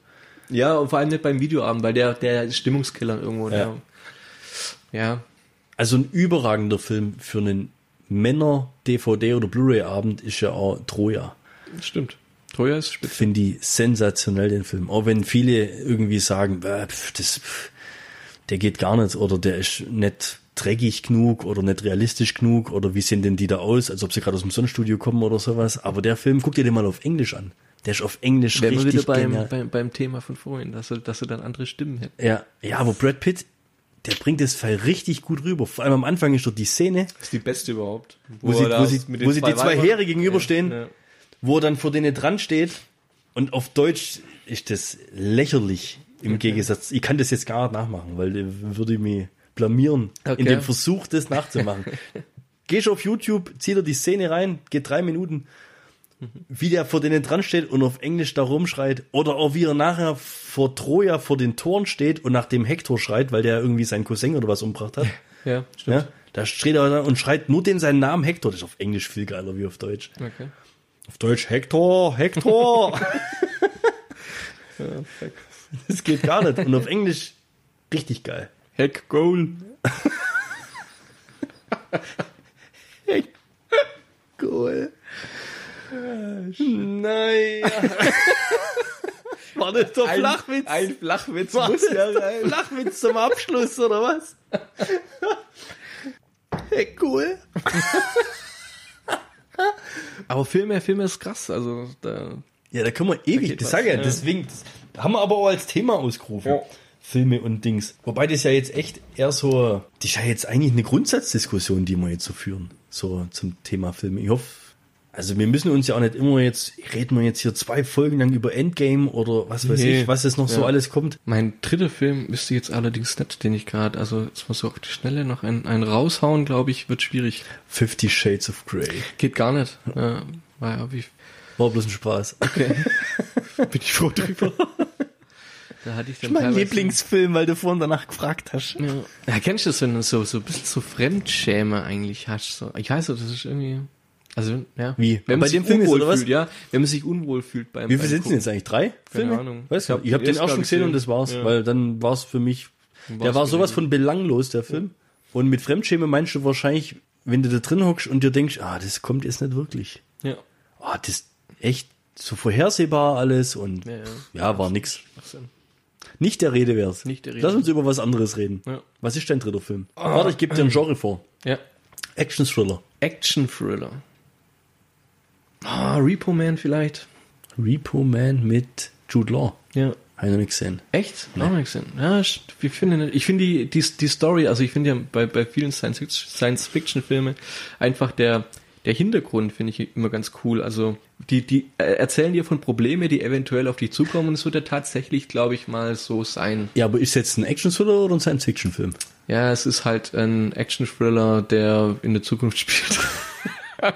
ja, und vor allem nicht beim Videoabend, weil der, der ist Stimmungskiller irgendwo. Ja. Der, ja.
Also ein überragender Film für einen Männer-DVD- oder Blu-ray-Abend ist ja auch Troja.
stimmt. Troja ist spitze.
finde ich sensationell den Film. Auch wenn viele irgendwie sagen, äh, pf, das, pf, der geht gar nicht oder der ist nicht dreckig genug oder nicht realistisch genug oder wie sehen denn die da aus, als ob sie gerade aus dem Sonnenstudio kommen oder sowas. Aber der Film, guck dir den mal auf Englisch an. Der ist auf Englisch
Wären wir wieder
richtig
beim,
genial.
beim, beim Thema von vorhin, dass du, dass du dann andere Stimmen hättest.
ja, ja, aber Brad Pitt, der bringt das Fall richtig gut rüber. Vor allem am Anfang ist doch die Szene,
Das ist die beste überhaupt.
Wo sie- wo sie- wo sie die zwei Heere gegenüberstehen.
Ja, ja.
wo er dann vor denen dran steht. Und auf Deutsch ist das lächerlich im Gegensatz. Ich kann das jetzt gar nicht nachmachen, weil äh, würde ich mich blamieren
Okay.
in dem Versuch, das nachzumachen. Gehst auf YouTube, zieh dir die Szene rein, geht drei Minuten, wie der vor denen dran steht und auf Englisch da rumschreit. Oder auch wie er nachher vor Troja vor den Toren steht und nach dem Hector schreit, weil der irgendwie seinen Cousin oder was umgebracht hat.
ja stimmt.
Ja? Da steht er da und schreit nur den seinen Namen Hector. Das ist auf Englisch viel geiler wie auf Deutsch.
Okay.
Auf Deutsch Hector, Hector.
fuck.
das geht gar nicht. Und auf Englisch richtig geil.
Heck Goal.
Cool. Nein. War das der Flachwitz?
Ein Flachwitz
War
muss
das
ja
der
sein.
Flachwitz zum Abschluss, oder was? Hey, cool.
Aber Filme, Filme ist krass. Also da,
Ja, da können wir
Da
ewig,
geht
das
was,
sag ich ja,
ja.
deswegen, das haben wir aber auch als Thema ausgerufen.
Ja.
Filme und Dings. Wobei das ja jetzt echt eher so, das ist ja jetzt eigentlich eine Grundsatzdiskussion, die wir jetzt so führen, so zum Thema Filme. Ich hoffe, also wir müssen uns ja auch nicht immer jetzt, reden wir jetzt hier zwei Folgen lang über Endgame oder was weiß
Nee.
ich, was jetzt noch so
Ja.
alles kommt.
Mein dritter Film wüsste ich jetzt allerdings nicht, den ich gerade, also jetzt muss ich auf die Schnelle noch einen, einen raushauen, glaube ich, wird schwierig.
Fifty Shades of Grey.
Geht gar nicht. Äh, war ja, wie,
War bloß ein Spaß.
bin ich froh drüber. Da hatte ich
Das
dann
ist mein
teilweise-
Lieblingsfilm, weil du vorhin danach gefragt hast.
Ja. ja, kennst du das, wenn du so, so ein bisschen so Fremdschäme eigentlich hast? So. Ich weiß nicht, das ist irgendwie. Also, ja.
Wie?
Wenn man
Bei
sich
dem Film jetzt,
unwohl
oder was?
fühlt, ja. Wenn man sich unwohl fühlt beim
Wie viele
beim
sind denn
Gucken.
jetzt eigentlich? Drei
Keine
Filme?
Ahnung.
Weiß
Ich hab
nicht. Ich habe
den
den
erst,
auch schon
glaub ich,
gesehen und
gesehen.
das war's,
Ja.
weil dann war es für mich, der
war's
war sowas
gewesen.
von belanglos, der Film. Und mit Fremdschäme meinst du wahrscheinlich, wenn du da drin hockst und dir denkst, ah, das kommt jetzt nicht wirklich.
Ja.
Ah, das ist echt so vorhersehbar alles und
Ja, ja.
pff, ja, war nix.
Ach so.
Nicht der Rede wär's.
Nicht der Rede.
Lass uns über was anderes reden.
Ja. Ah.
Was ist dein dritter Film? Warte, ich gebe dir ein Genre vor.
Ja.
Action-Thriller.
Action-Thriller. Ah, Repo Man vielleicht.
Repo Man mit Jude Law.
Ja.
Habe ich noch nicht gesehen.
Echt? Auch noch nicht gesehen. Ja, ich ich finde, ich finde die, die, die Story, also ich finde ja bei, bei vielen Science- Science-Fiction-Filmen einfach der, der Hintergrund finde ich immer ganz cool. Also die, die äh, erzählen dir von Probleme, die eventuell auf dich zukommen und es wird ja tatsächlich, glaube ich, mal so sein.
Ja, aber ist jetzt ein Action-Thriller oder ein Science-Fiction-Film?
Ja, es ist halt ein Action-Thriller, der in der Zukunft spielt.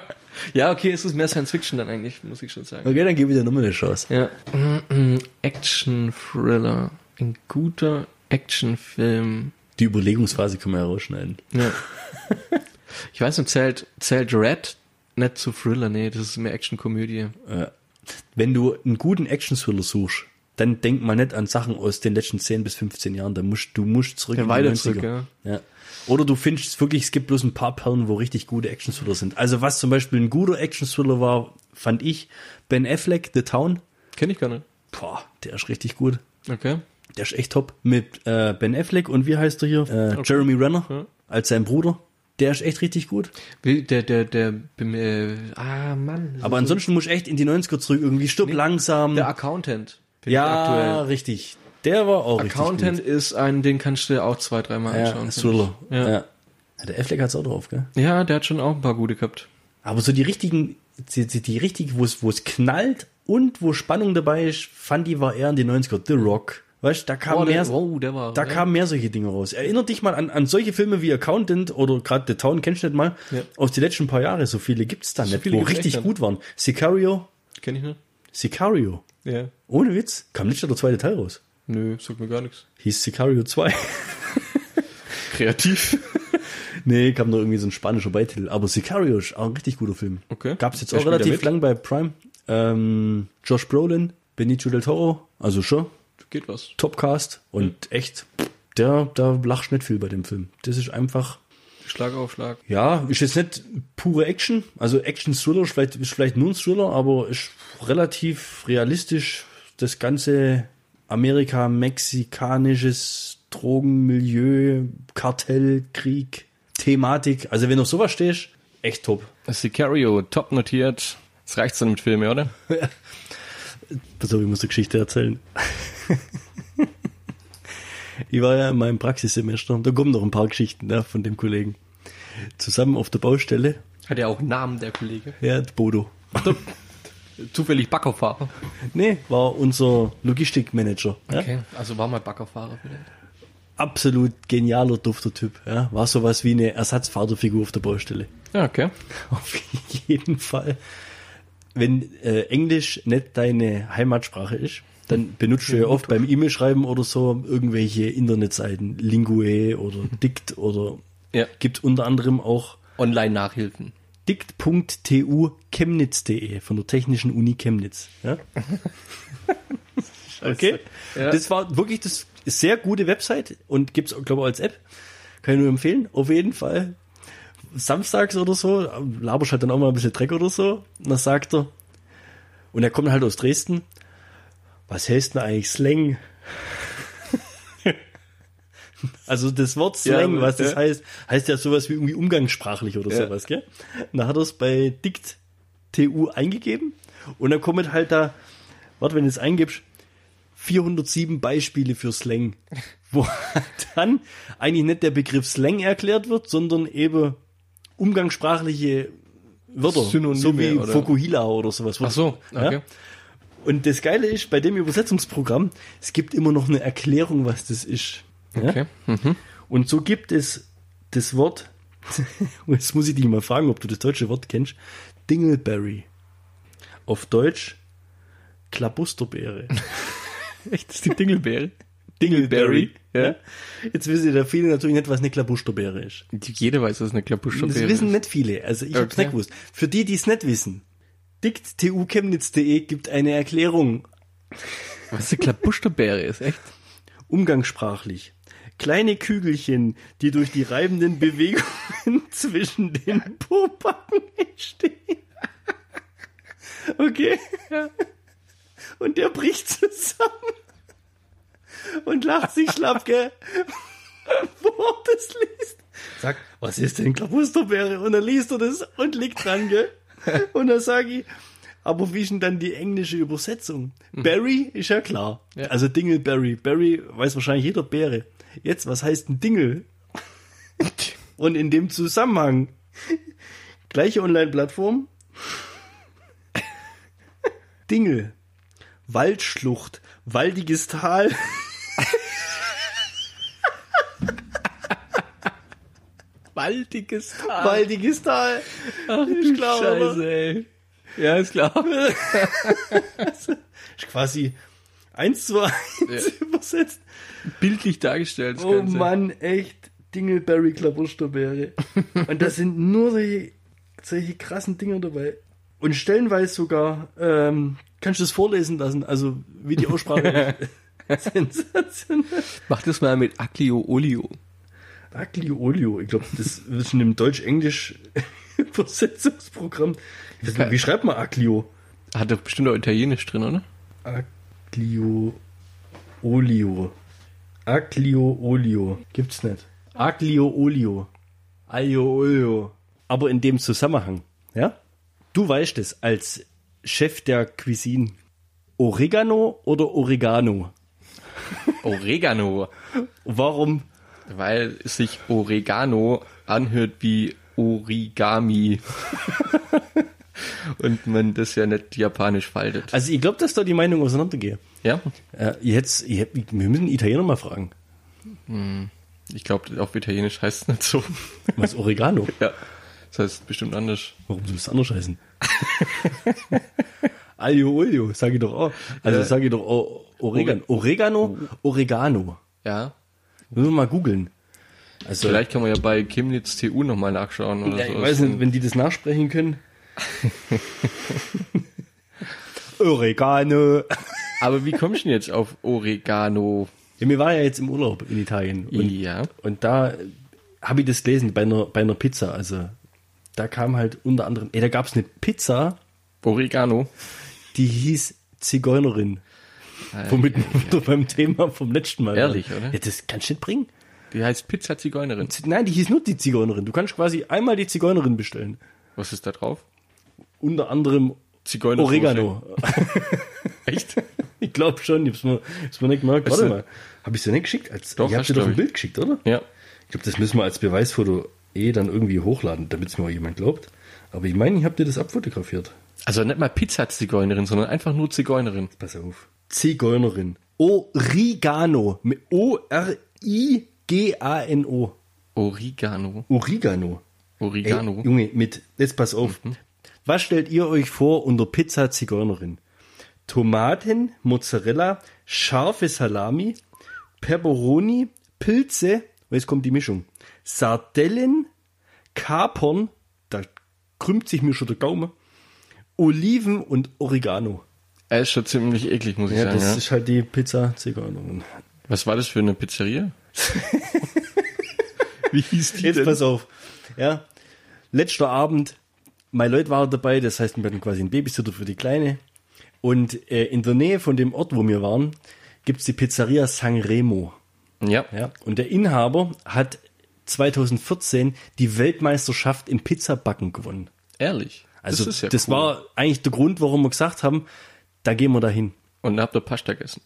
ja, okay, es ist mehr Science-Fiction dann eigentlich, muss ich schon sagen.
Okay, dann gebe ich dir nochmal eine Chance.
Ja. Action-Thriller. Ein guter Actionfilm.
Die Überlegungsphase kann man ja rausschneiden.
Ja. ich weiß nicht, zählt, zählt Red nicht zu Thriller, nee, das ist mehr Actionkomödie.
Wenn du einen guten Action-Thriller suchst, dann denk mal nicht an Sachen aus den letzten 10 bis 15 Jahren. Da musst, du musst zurück
Ja,
in
weiter
90er.
zurück, ja.
Ja. Oder du findest wirklich, es gibt bloß ein paar Perlen, wo richtig gute Action-Thriller sind. Also was zum Beispiel ein guter Action-Thriller war, fand ich, Ben Affleck, The Town.
Kenne ich gar nicht.
Boah, der ist richtig gut.
Okay.
Der ist echt top. Mit äh, Ben Affleck und wie heißt er hier? Äh, Jeremy Renner als sein Bruder. Der ist echt richtig gut.
Wie, Der, der, der, äh, ah, Mann. das
Aber
ist so-
ansonsten musst du echt in die 90er zurück. Irgendwie stirb langsam.
Der Accountant. finde ich
Ja, richtig. Der war auch
Accountant
richtig
ist ein, den kannst du dir auch zwei, dreimal
gut. Ja,
anschauen.
ein Thriller.
Ja.
Ja. Der Affleck hat's auch drauf, gell?
Ja, der hat schon auch ein paar gute gehabt.
Aber so die richtigen, die, die, die richtigen, wo es wo es knallt und wo Spannung dabei ist, fand ich war eher in die 90er. The Rock. Weißt du, da kam
Oh, der-
mehr,
wow, der war-
da
ja.
kamen mehr solche Dinge raus. Erinner dich mal an, an solche Filme wie Accountant oder gerade The Town, kennst du nicht mal,
Ja.
aus den letzten paar Jahren. So viele gibt's da nicht,
viele
wo
gibt's echt
richtig
nicht.
gut waren. Sicario,
Kenne ich nicht?
Sicario.
Ja.
Ohne Witz. Kam nicht schon der zweite Teil raus.
Nö, sagt mir gar nichts.
Hieß Sicario 2.
Kreativ.
Nee, kam noch irgendwie so ein spanischer Beititel. Aber Sicario ist auch ein richtig guter Film.
Okay.
Gab's jetzt
Wer
auch
spielt da
relativ
mit?
lang bei Prime. Ähm, Josh Brolin, Benicio del Toro, also schon,
Geht was.
Topcast. Und echt, der, da lachst nicht viel bei dem Film. Das ist einfach,
Schlag auf Schlag.
ja, ist jetzt nicht pure Action. Also Action-Thriller ist vielleicht, ist vielleicht nur ein Thriller, aber ist relativ realistisch. Das ganze Amerika-mexikanisches Drogenmilieu, Kartell, Krieg, Thematik. Also wenn auf sowas stehst, echt top.
Sicario, top notiert. Das reicht's dann mit Filmen, oder?
Pass auf, ich muss die Geschichte erzählen. ich war ja in meinem Praxissemester, da kommen noch ein paar Geschichten ja, von dem Kollegen. Zusammen auf der Baustelle,
Hat ja auch einen Namen, der Kollege.
ja, der Bodo.
Zufällig Baggerfahrer.
Nee, war unser Logistikmanager. Ja?
Okay, also war mal Baggerfahrer vielleicht.
Absolut genialer, dufter Typ. Ja? War sowas wie eine Ersatzvaterfigur auf der Baustelle.
Ja, okay.
Auf jeden Fall. Wenn äh, Englisch nicht deine Heimatsprache ist, dann benutzt du ja oft beim E-Mail-Schreiben oder so irgendwelche Internetseiten, Lingue oder Dict oder
Ja.
gibt unter anderem auch
Online-Nachhilfen.
dict.tu chemnitz.de e von der Technischen Uni Chemnitz. Ja? okay. Das war wirklich das ist sehr gute Website und gibt's glaube ich, als App. Kann ich nur empfehlen. Auf jeden Fall. Samstags oder so, laberst halt dann auch mal ein bisschen Dreck oder so. Und dann sagt er, und er kommt halt aus Dresden, was hältst du denn eigentlich Slang? also das Wort Slang,
aber-
was das
ja.
heißt, heißt ja sowas wie irgendwie umgangssprachlich oder sowas, gell? Und dann hat er es bei Dict TU eingegeben und dann kommen halt da, warte, wenn du es eingibst, 407 Beispiele für Slang, wo dann eigentlich nicht der Begriff Slang erklärt wird, sondern eben umgangssprachliche Wörter,
Synonyme
so wie
oder-
Fokuhila oder sowas.
Ach so, okay.
Ja? Und das Geile ist, bei dem Übersetzungsprogramm, es gibt immer noch eine Erklärung, was das ist. Ja?
Okay. Hm.
Und so gibt es das Wort, und jetzt muss ich dich mal fragen, ob du das deutsche Wort kennst, Dingleberry. Auf Deutsch Klabusterbeere.
Echt, das ist die Dingleberry. Dingleberry. Ja.
Jetzt wissen ja viele natürlich nicht, was eine Klabusterbeere ist.
Jeder weiß, dass eine Klappuschobere
Das wissen nicht viele. Also ich hab's
Okay.
nicht gewusst. Für die, die es nicht wissen, dikt.tu-chemnitz.de E gibt eine Erklärung,
Was eine Klappusterbeere ist, echt?
umgangssprachlich. Kleine Kügelchen, die durch die reibenden Bewegungen zwischen den Popacken entstehen. Okay. Und der bricht zusammen und lacht sich schlapp, gell? Wo er das liest. Sagt, was ist denn Klabusterbeere? Und dann liest er das und liegt dran, gell? Und dann sage ich, aber wie ist denn dann die englische Übersetzung? Berry ist ja klar. Also Dingleberry. Berry weiß wahrscheinlich jeder Beere. Jetzt, was heißt ein Dingel? Und in dem Zusammenhang, gleiche Online-Plattform, Dingel, Waldschlucht, waldiges Tal.
Waldiges Tal.
Waldiges Tal.
Du
klar,
Scheiße, ey. Ja, ist klar.
Ist quasi eins zu eins übersetzt.
Bildlich dargestellt. das
Oh
Ganze.
Mann, echt. Dingleberry Klabusterbeere. Und das sind nur solche, solche krassen Dinger dabei. Und stellenweise sogar, ähm, kannst du das vorlesen lassen? Also, wie die Aussprache ist. Sensationell.
Mach das mal mit Aglio Olio.
Aglio Olio. Ich glaube, das ist in einem Deutsch-Englisch Übersetzungsprogramm. Ich weiß nicht, Wie schreibt man Aglio?
Hat doch bestimmt auch Italienisch drin, oder?
Aglio Olio. Aglio Olio. Gibt's nicht. Aglio Olio. Aglio Olio. Aber in dem Zusammenhang, ja? Du weißt es als Chef der Cuisine. Oregano oder Oregano?
Oregano.
Warum?
Weil es sich Oregano anhört wie Origami. Und man das ja nicht japanisch faltet.
Also ich glaube, dass da die Meinung auseinandergeht.
Ja,
Äh, jetzt, ich, hab- wir müssen Italiener mal fragen.
ich glaube, auf Italienisch heißt es nicht so.
Was Oregano?
Ja, das heißt bestimmt anders.
Warum soll es anders heißen? Aglio Olio, sage ich doch auch. Also sage ich doch auch Oregano. Oregano, Oregano.
Ja,
Müssen wir mal googeln. Also,
vielleicht kann man ja bei Chemnitz TU nochmal nachschauen oder
ja,
so.
ich weiß nicht, wenn die das nachsprechen können. Oregano.
Aber wie kommst du denn jetzt auf Oregano?
Ja, mir war ja jetzt im Urlaub in Italien. Und,
Ja.
und da habe ich das gelesen bei einer, bei einer Pizza. Also da kam halt unter anderem, ey, da gab es eine Pizza,
Oregano.
die hieß Zigeunerin. Womit wir wieder beim Thema vom letzten Mal. waren.
Äh, Ehrlich, oder?
Ja, das kannst du nicht bringen.
Die heißt Pizza Zigeunerin.
Z- Nein, die hieß nur die Zigeunerin. Du kannst quasi einmal die Zigeunerin bestellen.
Was ist da drauf?
Unter anderem
Zigeuner.
Oregano.
Echt?
Ich glaube schon, ich hab's mir, hab's mir nicht gemerkt.
Weißt
Warte
du-
mal. Hab ich's dir nicht geschickt? Als,
Doch,
ich hab
hast
dir
du,
doch ein
glaub ich.
Bild geschickt, oder?
Ja.
Ich glaube, das müssen wir als Beweisfoto eh dann irgendwie hochladen, damit es mir auch jemand glaubt. Aber ich meine, ich hab dir das abfotografiert.
Also nicht mal Pizza Zigeunerin, sondern einfach nur Zigeunerin.
Pass auf. Zigeunerin. Origano. Mit O-R-I-G-A-N-O.
Oregano.
Oregano. Mhm.
Oregano.
Ey, Junge, mit, jetzt pass auf. Was stellt ihr euch vor unter Pizza Zigeunerin? Tomaten, Mozzarella, scharfe Salami, Pepperoni, Pilze, und jetzt kommt die Mischung. Sardellen, Kapern, da krümmt sich mir schon der Gaume, Oliven und Oregano.
Er ist schon ziemlich eklig, muss ich
Ja,
sagen.
das
Ja.
ist halt die Pizza Zigeunerin.
Was war das für eine Pizzeria? Wie hieß die
Jetzt
denn?
pass auf. Ja. Letzter Abend, mein Leute waren dabei, das heißt, wir hatten quasi einen Babysitter für die Kleine. Und äh, in der Nähe von dem Ort, wo wir waren, gibt's die Pizzeria Sanremo.
Ja.
Ja. Und der Inhaber hat 2014 die Weltmeisterschaft im Pizzabacken gewonnen.
Ehrlich.
Also
das
das,
ist ja cool.
war eigentlich der Grund, warum wir gesagt haben, da gehen wir dahin.
Und dann habt ihr Pasta gegessen.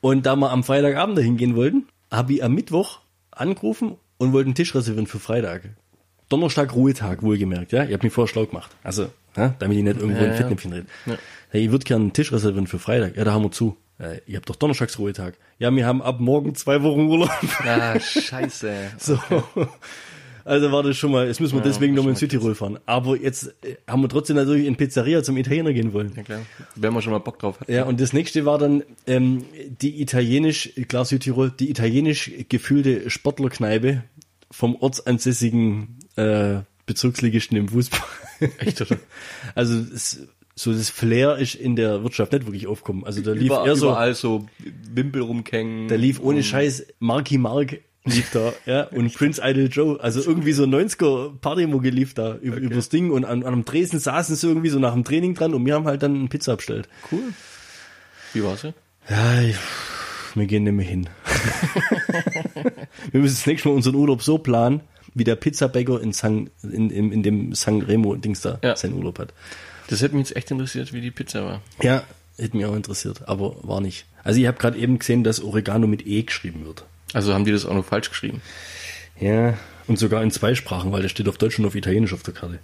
Und da wir am Freitagabend dahin gehen wollten, habe ich am Mittwoch angerufen und wollte einen Tisch reservieren für Freitag. Donnerstag Ruhetag, wohlgemerkt, ja. Ich habe mich vorher schlau gemacht. Also, ja, damit ich nicht irgendwo in Fettnäpfchen rede. Hey, ich würde gerne einen Tisch reservieren für Freitag. Ja, da haben wir zu. Äh, ihr habt doch Donnerstags Ruhetag. Ja, wir haben ab morgen zwei Wochen Urlaub.
Ah, scheiße.
So. Also war das schon mal, jetzt müssen wir deswegen nochmal in Südtirol fahren. Aber jetzt äh, haben wir trotzdem natürlich in Pizzeria zum Italiener gehen wollen.
Ja, klar. Wenn man schon mal Bock drauf hat.
Ja, und das nächste war dann ähm, die italienisch, klar Südtirol, die italienisch gefühlte Sportlerkneipe vom ortsansässigen äh, Bezirksligisten im Fußball. Echt, oder? Also es, so das Flair ist in der Wirtschaft nicht wirklich aufkommen. Also da lief
Über,
eher so,
überall so Wimpel rumkängen.
da lief ohne Scheiß Marky Mark lief da, ja, und Prince Idol Joe, also irgendwie so 90er Partymucke lief da über, übers Ding und an, an einem Dresden saßen sie irgendwie so nach dem Training dran und wir haben halt dann eine Pizza bestellt.
cool. Wie war's denn?
Ja, ich- wir gehen nicht mehr hin. wir müssen das nächste Mal unseren Urlaub so planen, wie der Pizzabäcker in, San, in, in, in dem San Remo-Dings da
Ja.
seinen Urlaub hat.
Das hätte mich jetzt echt interessiert, wie die Pizza war.
Ja, hätte mich auch interessiert, aber war nicht. Also ich habe gerade eben gesehen, dass Oregano mit E geschrieben wird.
Also haben die das auch noch falsch geschrieben.
Ja. Und sogar in zwei Sprachen, weil das steht auf Deutsch und auf Italienisch auf der Karte.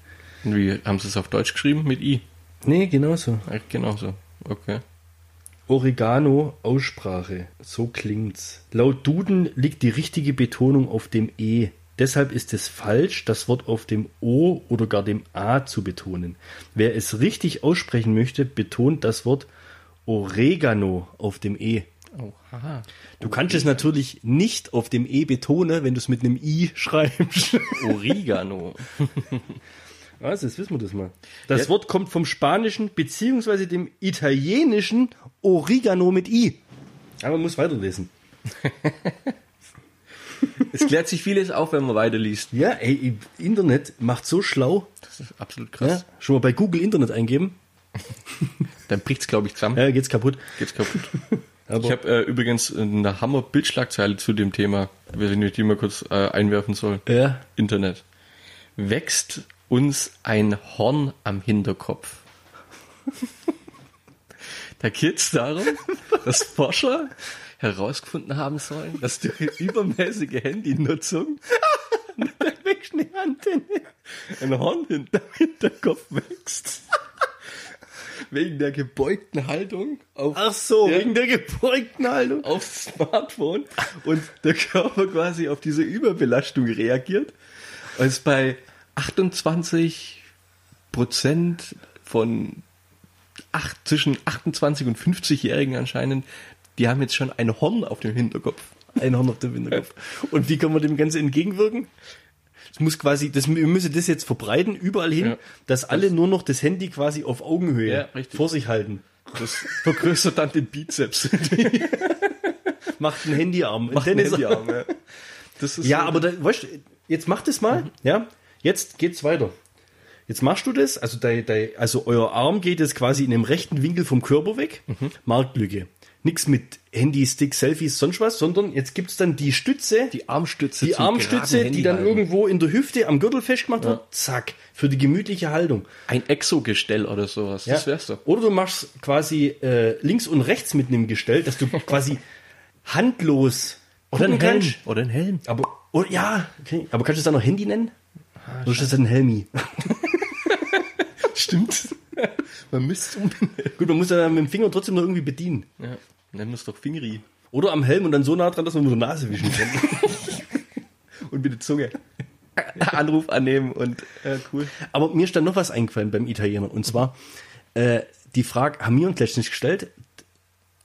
Und wie haben sie es auf Deutsch geschrieben? Mit I.
Nee, genauso.
Eigentlich genauso. Okay.
Oregano Aussprache, so klingt's. Laut Duden liegt die richtige Betonung auf dem E. Deshalb ist es falsch, das Wort auf dem O oder gar dem A zu betonen. Wer es richtig aussprechen möchte, betont das Wort Oregano auf dem E.
Oha.
Du kannst es natürlich nicht auf dem E betonen, wenn du es mit einem I schreibst.
Oregano.
Was? Jetzt wissen wir das mal. Das Wort kommt vom Spanischen bzw. dem italienischen Oregano mit I. Aber man muss weiterlesen.
es klärt sich vieles auf, wenn man weiterliest.
Ja, ey, Internet macht so schlau.
Das ist absolut
Ja?
krass.
Schon mal bei Google Internet eingeben.
Dann bricht's, glaube ich, zusammen.
Ja, geht's kaputt.
Geht's kaputt.
Aber
Ich habe äh, übrigens eine Hammer-Bildschlagzeile zu dem Thema, wenn ich die mal kurz äh, einwerfen soll.
Ja.
Internet. Wächst uns ein Horn am Hinterkopf. da geht's darum, dass Forscher herausgefunden haben sollen, dass durch übermäßige Handynutzung
wächst eine Antenne.
ein Horn hinter Hinterkopf wächst. Wegen der gebeugten Haltung auf
Ach so,
Ja.
wegen der gebeugten Haltung.
aufs Smartphone und der Körper quasi auf diese Überbelastung reagiert. Als bei 28 Prozent von acht, zwischen 28 und 50-Jährigen anscheinend, die haben jetzt schon ein Horn auf dem Hinterkopf.
Ein Horn auf dem Hinterkopf. Und wie kann man dem Ganzen entgegenwirken? Es muss quasi, das, wir müssen das jetzt verbreiten, überall hin,
Ja.
dass alle nur noch das Handy quasi auf Augenhöhe
Ja, richtig.
vor sich halten.
Das vergrößert dann den Bizeps.
Macht ein Handyarm. Macht
Den Handyarm, ja. Das ist
Ja,
so-
aber da, weißt, du, jetzt mach das mal,
Mhm.
ja? Jetzt geht's weiter. Jetzt machst du das, also, dei, dei, also euer Arm geht jetzt quasi in dem rechten Winkel vom Körper weg.
Mhm.
Marktlücke. Nix mit Handy, Stick, Selfies, sonst was, sondern jetzt gibt's dann die Stütze, die,
die Armstütze. zum
Armstütze,
geraden
die dann
Handy halten.
irgendwo in der Hüfte am Gürtel festgemacht wird. Zack, für die gemütliche Haltung.
Ein Exogestell oder sowas. Das wär's doch.
Oder du machst quasi äh, links und rechts mit einem Gestell, dass du quasi handlos
Oder ein
gucken
Helm.
kannst.
Oder ein Helm.
Aber, oh, ja, okay. aber kannst du es dann noch Handy nennen? Oder ist das dann Helmi?
Stimmt. Man müsste umbenennen.
Gut, man muss ja mit dem Finger trotzdem noch irgendwie bedienen.
Ja, nennen wir es doch Fingri.
Oder am Helm und dann so nah dran, dass man mit der Nase wischen kann.
Und mit der Zunge. Anruf annehmen und äh, cool.
aber mir ist dann noch was eingefallen beim Italiener. Und zwar, äh, die Frage haben wir uns letztens gestellt.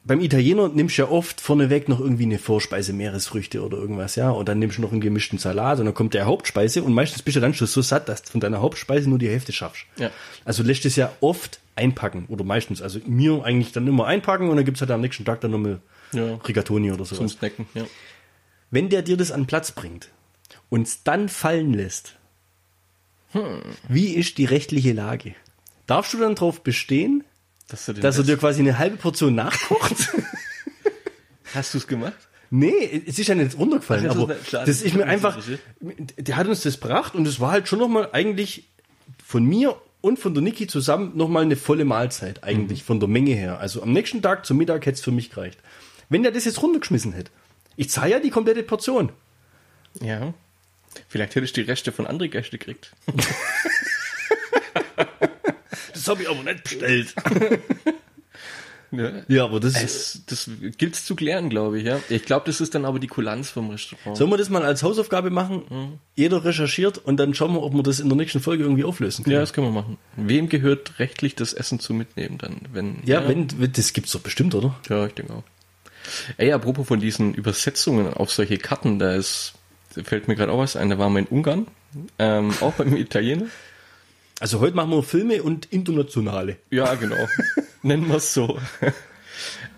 Beim Italiener nimmst du ja oft vorneweg noch irgendwie eine Vorspeise, Meeresfrüchte oder irgendwas, ja. Und dann nimmst du noch einen gemischten Salat und dann kommt der Hauptspeise und meistens bist du dann schon so satt, dass du von deiner Hauptspeise nur die Hälfte schaffst.
Ja.
Also lässt es ja oft einpacken oder meistens. Also mir eigentlich dann immer einpacken und dann gibt's halt am nächsten Tag dann nochmal
Ja.
Rigatoni oder sowas.
Zum Snacken, ja.
Wenn der dir das an den Platz bringt und es dann fallen lässt,
Hm.
wie ist die rechtliche Lage? Darfst du dann darauf bestehen,
Dass du den
dass er
Rest-
dir quasi eine halbe Portion nachkocht?
Hast du es gemacht?
nee, es ist ja nicht runtergefallen,
Ach, Also
aber
das ist nicht-
das
klar, das
ist
ist
mir
nicht
einfach,
interessiert.
der hat uns das gebracht und es war halt schon nochmal eigentlich von mir und von der Niki zusammen nochmal eine volle Mahlzeit
Mhm.
eigentlich von der Menge her. Also am nächsten Tag zum Mittag hätte es für mich gereicht. Wenn der das jetzt runtergeschmissen hätte, ich zahle ja die komplette Portion.
Ja. Vielleicht hätte ich die Reste von anderen Gästen gekriegt.
Das habe ich aber nicht bestellt.
Ja.
Ja, aber das ist.
Das, das gilt Ne? es zu klären, glaube ich, ja. Ich glaube, das ist dann aber die Kulanz vom Restaurant.
Sollen wir das mal als Hausaufgabe machen? Jeder recherchiert und dann schauen wir, ob wir das in der nächsten Folge irgendwie auflösen können.
Ja, das können wir machen. Wem gehört rechtlich das Essen zu mitnehmen dann, wenn.
Ja, wenn, wenn- das gibt's doch bestimmt, oder?
Ja, ich denke auch. Ey, apropos von diesen Übersetzungen auf solche Karten, da ist, fällt mir gerade auch was ein, da waren wir in Ungarn, ähm, auch beim Italiener.
Also heute machen wir Filme und internationale.
Ja, genau. Nennen wir es so.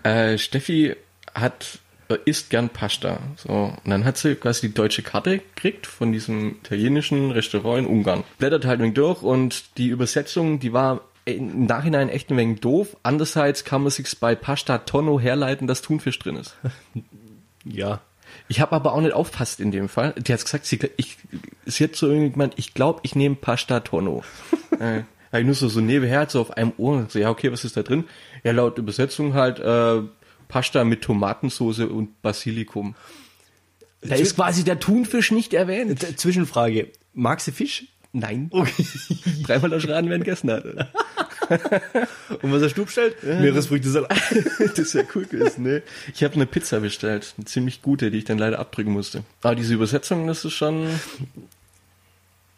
äh, Steffi hat, äh, isst gern Pasta. So. Und dann hat sie quasi die deutsche Karte gekriegt von diesem italienischen Restaurant in Ungarn. Blättert halt ein wenig durch und die Übersetzung, die war im Nachhinein echt ein wenig doof. Andererseits kann man sich bei Pasta Tonno herleiten, dass Thunfisch drin ist.
Ja.
Ich habe aber auch nicht aufpasst in dem Fall. Die hat gesagt, sie, ich, sie hat so irgendwie gemeint, ich glaube, ich nehme Pasta Tonno. äh, hab ich nur so, so nebenher so auf einem Ohr und so, ja, okay, was ist da drin? Ja, laut Übersetzung halt äh, Pasta mit Tomatensoße und Basilikum. Da ist quasi der Thunfisch nicht erwähnt.
Z- Zwischenfrage. Magst du Fisch?
Nein.
Okay.
Dreimal das Schraden werden gestern hatte.
Und was hast du bestellt? Meeresfrüchte-Salat.
das ist ja cool gewesen, ne? Ich habe eine Pizza bestellt, eine ziemlich gute, die ich dann leider abdrücken musste. Aber diese Übersetzung, das ist schon...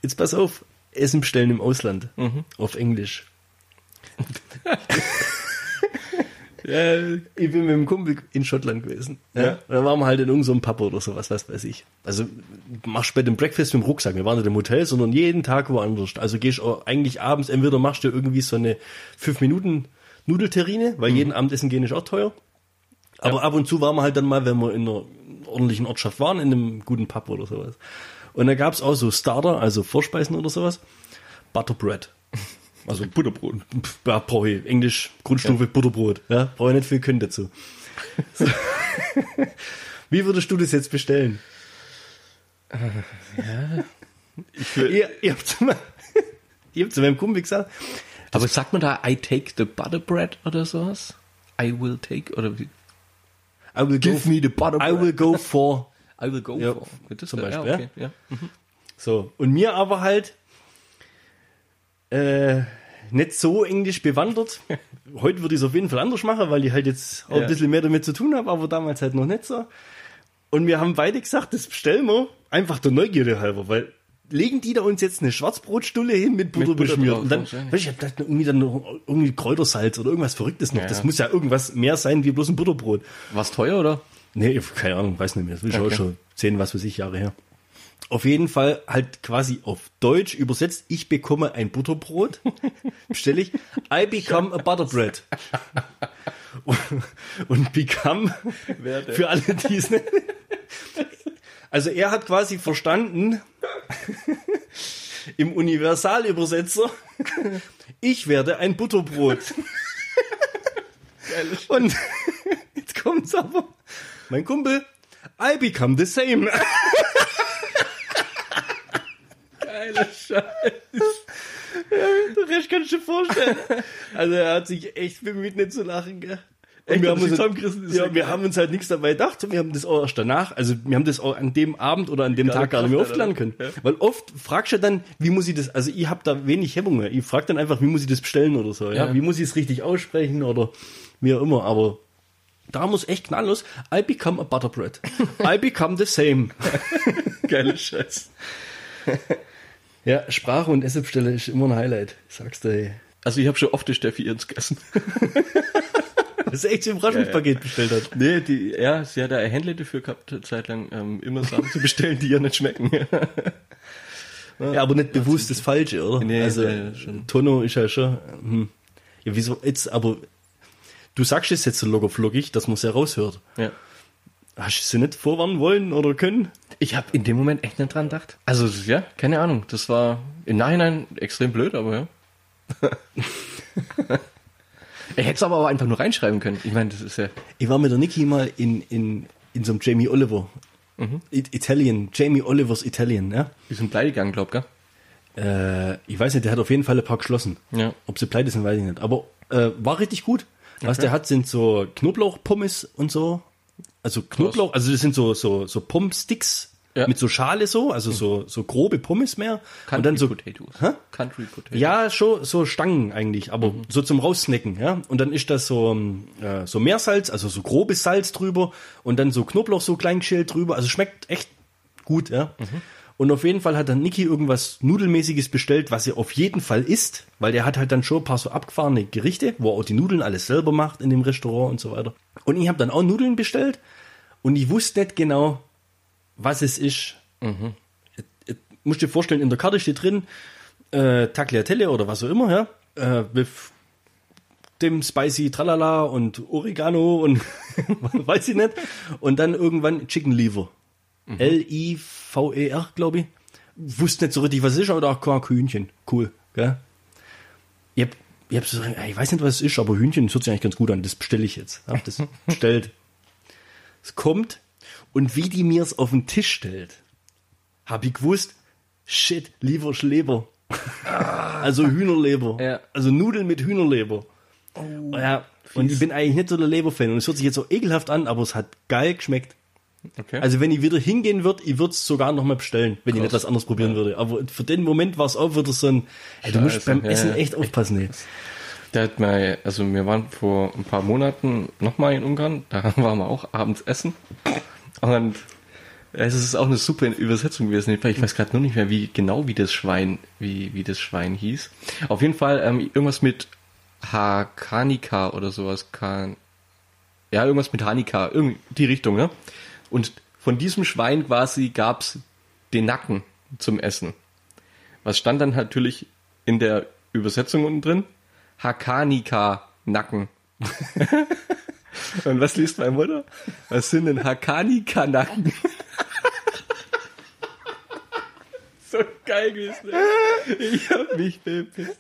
Jetzt pass auf. Essen bestellen im Ausland. Auf Englisch. ja, ich bin mit einem Kumpel in Schottland gewesen. Ja.
Ja.
Und dann waren wir halt in irgendeinem Pub oder sowas, was weiß ich. Also machst bei dem Breakfast mit dem Rucksack. Wir waren nicht im Hotel, sondern jeden Tag woanders. Also gehst auch eigentlich abends, entweder machst du irgendwie so eine 5-Minuten-Nudelterrine, weil jeden Abendessen gehen ist auch teuer. Aber ab und zu waren wir halt dann mal, wenn wir in einer ordentlichen Ortschaft waren, in einem guten Pub oder sowas. Und da gab's auch so Starter, also Vorspeisen oder sowas. Butterbread. Also Butterbrot. Pff, Ja, brauche ich. Englisch, Grundstufe, Butterbrot. Ja, brauche ich nicht viel können dazu. So. Wie würdest du das jetzt bestellen? Ja. Äh, Ich ihr, ihr habt zu, me- ihr habt zu meinem Kumpel gesagt,
Aber sagt man da I take the butter bread oder sowas? I will take oder wie?
I will go,
me the butter
I will go for
I will go
Ja,
for. Das
zum
da-
Beispiel,
Ja, okay, ja.
So, und mir aber halt äh, nicht so englisch bewandert. Heute würde ich es auf jeden Fall anders machen, weil ich halt jetzt auch
Ja.
ein bisschen mehr damit zu tun habe, aber damals halt noch nicht so. Und wir haben beide gesagt, das bestellen wir einfach der Neugierde halber, weil legen die da uns jetzt eine Schwarzbrotstulle hin mit Butter,
Butter
beschmiert.
drauf,
und dann, weißt,
wahrscheinlich.
du, ich hab gedacht, irgendwie dann noch irgendwie Kräutersalz oder irgendwas Verrücktes noch.
Ja.
Das muss ja irgendwas mehr sein wie bloß ein Butterbrot.
War's teuer oder?
Nee, ich- keine Ahnung, weiß nicht mehr. Das ist auch
Okay.
schon zehn, was weiß ich, Jahre her. Auf jeden Fall halt quasi auf Deutsch übersetzt, ich bekomme ein Butterbrot, bestelle ich, I become a butterbread. Und- Und become,
Werde.
für alle, die es nicht... Also er hat quasi verstanden, im Universalübersetzer, ich werde ein Butterbrot. Und jetzt kommt's aber. Mein Kumpel, I become the same.
Geile Scheiße.
Du Rest kannst du dir vorstellen. Also er hat sich echt bemüht, nicht zu lachen, gell? Und
Echt,
wir
hat
haben,
sich
uns,
zusammengerissen, ist
Also
ja
ja,
geil.
wir haben uns halt nichts dabei gedacht und wir haben das auch erst danach, also wir haben das auch an dem Abend oder an dem Tag gar nicht mehr
Kraft,
aufklären
Alter.
können. Weil oft fragst du dann, wie muss ich das, also ich habe da wenig Hemmungen. Ich frag dann einfach, wie muss ich das bestellen oder so, ja?
Ja.
Wie muss ich es richtig aussprechen oder wie auch immer, aber da muss echt knalllos, I become a butterbread. I become the same.
Geile Scheiße.
Ja, Sprache und Essebstelle ist immer ein Highlight, sagst du, ey.
Also ich habe schon oft die Steffi ins gegessen.
Das ist echt ein Überraschungspaket bestellt hat.
nee, die, ja, sie hat da Händler dafür gehabt, eine Zeit lang ähm, immer Sachen zu bestellen, die ihr nicht schmecken.
Ja, aber nicht bewusst das Falsche, oder?
Nee,
also,
nee,
Tonno ist ja schon. Hm. Ja, wieso jetzt, aber du sagst es jetzt so locker flockig, dass man es ja raushört.
ja.
Hast du sie nicht vorwarnen wollen oder können?
Ich habe in dem Moment echt nicht dran gedacht. Also ja, keine Ahnung. Das war im Nachhinein extrem blöd, aber ja. ich hätte es aber auch einfach nur reinschreiben können. Ich meine, das ist ja.
Ich war mit der Niki mal in, in, in so einem Jamie Oliver. I- Italian, Jamie Olivers Italian, ja?
Wir sind pleite gegangen, glaub, gell?
Äh, ich weiß nicht, der hat auf jeden Fall ein paar geschlossen.
Ja.
Ob sie pleite sind, weiß ich nicht. Aber äh, war richtig gut. Was der hat, sind so Knoblauchpommes und so. Also Knoblauch, also das sind so, so, so Pommsticks
Ja.
Mit so Schale so, also so, so grobe Pommes mehr. und
Hm. Country
dann so,
Potatoes.
Hä?
Country Potatoes.
ja, schon so Stangen eigentlich, aber so zum Raussnacken, ja. Und dann ist das so, ähm, äh, so Meersalz, also so grobes Salz drüber und dann so Knoblauch so klein geschält drüber. Also schmeckt echt gut, ja. Und auf jeden Fall hat dann Niki irgendwas Nudelmäßiges bestellt, was er auf jeden Fall isst, weil der hat halt dann schon ein paar so abgefahrene Gerichte, wo er auch die Nudeln alles selber macht in dem Restaurant und so weiter. Und ich habe dann auch Nudeln bestellt und ich wusste nicht genau, was es ist. Ich, ich muss dir vorstellen, in der Karte steht drin, äh, Tagliatelle oder was auch immer, ja, äh, mit dem Spicy Tralala und Oregano und weiß ich nicht. Und dann irgendwann Chicken Liver. L-I-V-E-R, E glaube ich. Wusste nicht so richtig, was es ist, aber dachte, klar, Hühnchen. Cool, gell? Ich, hab, ich, hab so, äh, ich weiß nicht, was es ist, aber Hühnchen das hört sich eigentlich ganz gut an. Das bestelle ich jetzt. Hab das bestellt. Es kommt und wie die mir es auf den Tisch stellt, habe ich gewusst, shit, lieber Schleber. also Hühnerleber.
Ja.
Also Nudeln mit Hühnerleber. ja, und ich bin eigentlich nicht so der Leberfan. Und es hört sich jetzt so ekelhaft an, aber es hat geil geschmeckt.
Okay.
Also wenn ich wieder hingehen würde, ich würde es sogar nochmal bestellen, wenn ich nicht was anderes probieren würde. Aber für den Moment war es auch wieder so ein, hey, du musst
Scheiße,
beim
ja,
Essen
ja.
echt aufpassen. Ey.
Da hat man, also wir waren vor ein paar Monaten nochmal in Ungarn, da waren wir auch abends essen. Und es ist auch eine super Übersetzung gewesen. Ich weiß gerade nur nicht mehr, wie genau wie das Schwein, wie, wie das Schwein hieß. Auf jeden Fall ähm, irgendwas mit Hakanika oder sowas. Kan ja, irgendwas mit Hanika, irgendwie die Richtung, ne? Und von diesem Schwein quasi gab's den Nacken zum Essen. Was stand dann natürlich in der Übersetzung unten drin? Hakanika Nacken. Und was liest meine Mutter? Was sind denn Hakanika Nacken? so geil gewesen. ey. Ich hab mich bepisst.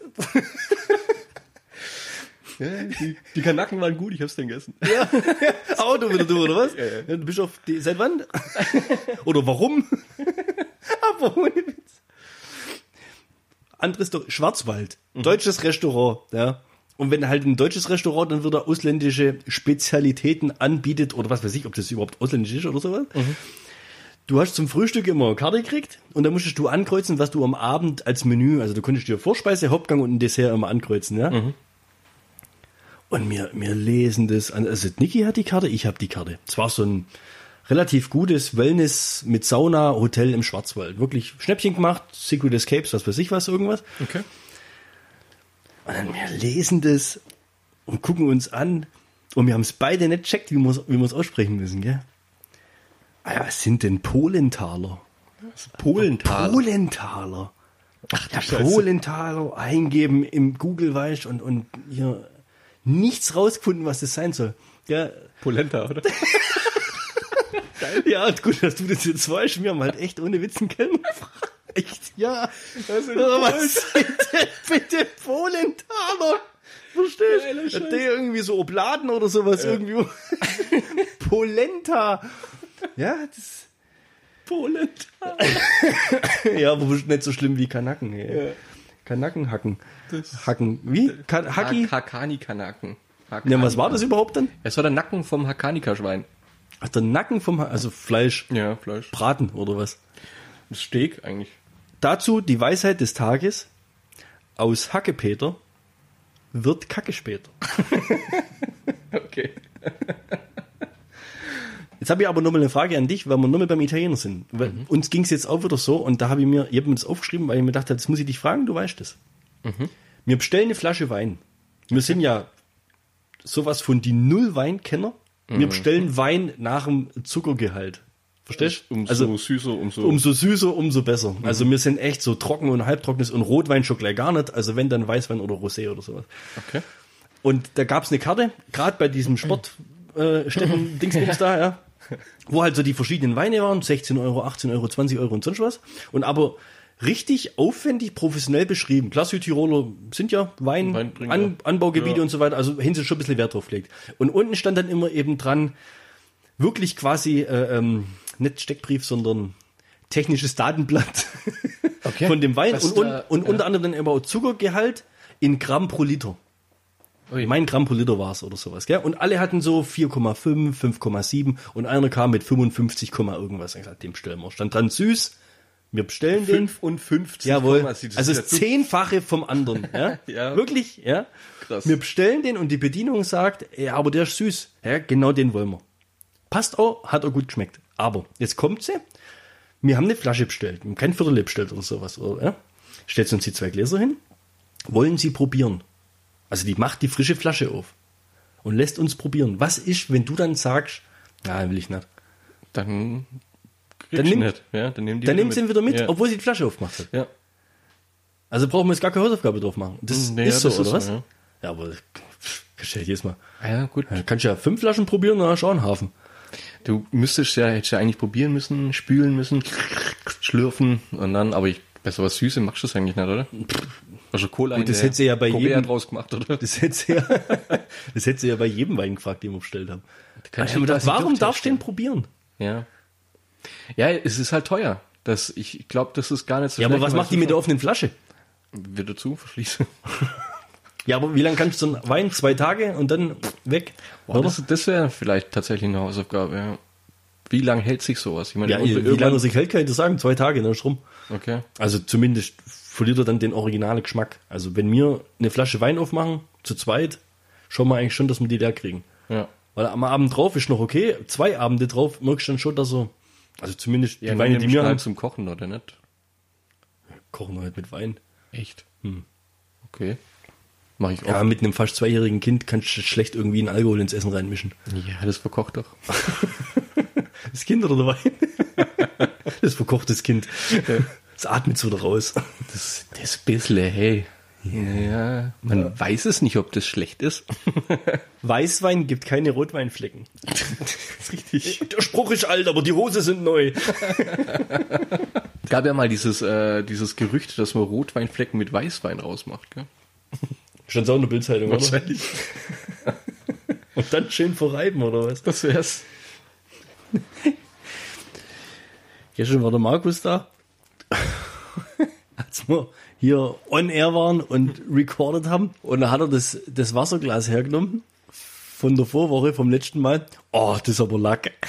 Ja, die, die Kanaken waren gut, ich hab's denn gegessen.
Auto wieder du, oder was? Du bist auf die, seit wann? oder warum? Aber ohne Witz. Anderes, Sto- Schwarzwald, deutsches Restaurant, ja. Und wenn halt ein deutsches Restaurant dann wieder ausländische Spezialitäten anbietet oder was weiß ich, ob das überhaupt ausländisch ist oder sowas. Du hast zum Frühstück immer eine Karte gekriegt und dann musstest du ankreuzen, was du am Abend als Menü, also du konntest dir Vorspeise, Hauptgang und ein Dessert immer ankreuzen, ja. Und mir, mir lesen das an. Also Niki hat die Karte, ich habe die Karte. Es war so ein relativ gutes Wellness mit Sauna, Hotel im Schwarzwald. Wirklich Schnäppchen gemacht, Secret Escapes, was weiß ich was, irgendwas.
Okay.
Und dann wir lesen das und gucken uns an. Und wir haben es beide nicht checkt, wie wir es aussprechen müssen, gell? Ah, ja, was sind denn Polentaler?
Polentaler.
Polentaler. Ach, ja, Polentaler eingeben im Google weiß und, und hier nichts rausgefunden, was das sein soll. Ja,
Polenta, oder?
ja und gut, dass du das jetzt weißt. Wir haben halt echt ohne Witzen kennen. Echt, ja.
Das sind
Aber was sind denn Also, bitte Polentaler?
Geiler
Verstehst du?
Scheiß.
Der irgendwie so Obladen oder sowas irgendwie. Polenta. Ja, das.
Polenta.
Ja, aber nicht so schlimm wie Kanaken. Ey.
Ja.
Kanaken hacken.
Das-
hacken. Wie? Ka Hacki?
Hakanika Nacken.
Ja, was war das überhaupt dann?
Es war der Nacken vom Hakanika-Schwein.
Ach, der Nacken vom, Ha- also Fleisch,
Ja, Fleisch.
Braten oder was?
Das Steak eigentlich.
Dazu die Weisheit des Tages. Aus Hackepeter wird Kacke später.
Okay.
Jetzt habe ich aber nochmal eine Frage an dich, weil wir nochmal beim Italiener sind. Weil Uns ging es jetzt auch wieder so und da habe ich mir, ich habe mir das aufgeschrieben, weil ich mir dachte, das muss ich dich fragen, du weißt es. Wir bestellen eine Flasche Wein. Wir sind ja sowas von die Null-Weinkenner. Wir bestellen Wein nach dem Zuckergehalt. also Verstehst du?
Umso süßer, umso. Mhm.
Umso süßer, umso besser. Also wir sind echt so trocken und halbtrockenes und Rotwein schon gleich gar nicht. Also wenn dann Weißwein oder Rosé oder sowas.
okay.
Und da gab's eine Karte, gerade bei diesem Sportstätten-Dingsbums da, ja, wo halt so die verschiedenen Weine waren, 16 Euro, 18 Euro, 20 Euro und sonst was. Und aber richtig aufwendig professionell beschrieben. Klar, Südtiroler sind ja Wein,
Weintrinker.
An, Anbaugebiete
Ja.
und so weiter, also hin sie schon ein bisschen Wert drauf legt. Und unten stand dann immer eben dran, wirklich quasi, äh, ähm, nicht Steckbrief, sondern technisches Datenblatt von dem Wein
Was
und, un-
da-
und unter anderem dann eben auch Zuckergehalt in Gramm pro Liter.
Ui.
Mein Gramm pro Liter war es oder sowas, gell? Und alle hatten so 4,5, 5,7 und einer kam mit 55, Komma irgendwas. Ich gesagt, den bestellen wir. Stand dran süß, wir bestellen den.
55.
Jawohl.
Komma, sieht das
also
wieder
das
zu.
Zehnfache vom anderen. Ja?
Ja.
Wirklich, ja.
Krass.
Wir bestellen den und die Bedienung sagt, ja, aber der ist süß. Ja, genau den wollen wir. Passt auch, hat auch gut geschmeckt. Aber jetzt kommt sie. Wir haben eine Flasche bestellt, wir haben kein Viertel bestellt oder sowas. Oder, ja? Stellt sie uns die zwei Gläser hin. Wollen sie probieren? Also die macht die frische Flasche auf und lässt uns probieren. Was ist, wenn du dann sagst, na, will ich nicht.
Dann,
Dann
dann nimmt,
nimmt-
nicht. Ja, dann nehmen die
Dann nimmt sie ihn wieder mit,
Ja.
obwohl sie die Flasche aufgemacht hat.
ja.
Also brauchen wir jetzt gar keine Hausaufgabe drauf machen. Das
Hm, nee,
ist
ja,
so,
das
oder
ist
was?
so,
ja.
ja.
aber pff, kannst du ja jedes Mal.
Ah ja, gut.
Ja, kannst ja fünf Flaschen probieren, dann hast du auch einen Hafen.
Du müsstest ja, hättest ja eigentlich probieren müssen, spülen müssen, schlürfen und dann, aber ich, besser was Süßes machst du das eigentlich nicht, oder? Also Cola
Gut, das
hinterher.
hätte sie ja bei
Korea
jedem-
draus gemacht, oder?
Das hätte sie ja, das hätte sie ja bei jedem Wein gefragt, den wir bestellt haben.
kannst
Ich
du
hab mir gedacht,
quasi
warum
Duft
darfst du den
herstellen.
probieren?
Ja. Ja, es ist halt teuer. Das, ich glaube, das ist gar nicht so
Ja, aber
schlecht,
was
weil
macht die mit der offenen Flasche?
Wieder zu, verschließen.
Ja, aber wie lange kannst du so einen Wein? Zwei Tage und dann pff, weg.
Boah,
oder?
das das wäre vielleicht tatsächlich eine Hausaufgabe, ja. Wie lange hält sich sowas? Ich meine,
ja, wie
irgendwann-
lange er sich hält, kann ich dir sagen. Zwei Tage, dann ist rum.
Okay.
Also zumindest verliert er dann den originalen Geschmack. Also wenn wir eine Flasche Wein aufmachen, zu zweit, schauen wir eigentlich schon, dass wir die leer kriegen.
Ja.
Weil am Abend drauf ist noch okay, zwei Abende drauf merkst du dann schon, dass er, also zumindest die
Ja,
Weine, die wir
halt
haben,
zum Kochen, oder nicht?
kochen halt mit Wein.
Echt? Hm. Okay. Mache ich auch.
Ja, mit einem fast zweijährigen Kind kannst du schlecht irgendwie einen Alkohol ins Essen reinmischen.
Ja, das verkocht doch.
Das Kind oder der Wein? das verkochtes Kind. Das atmet so wieder raus.
Das, das bissle, hey. Ja, man weiß es nicht, ob das schlecht ist.
Weißwein gibt keine Rotweinflecken.
ist richtig.
Der Spruch ist alt, aber die Hose sind neu.
Es gab ja mal dieses, äh, dieses Gerücht, dass man Rotweinflecken mit Weißwein rausmacht, gell?
Schon so in der Bildzeitung, oder? Und dann schön verreiben, oder was?
Das wär's.
Gestern war der Markus da. Als wir hier on air waren und recorded haben. Und da hat er das, das Wasserglas hergenommen. Von der Vorwoche, vom letzten Mal. Oh, das ist aber Lack.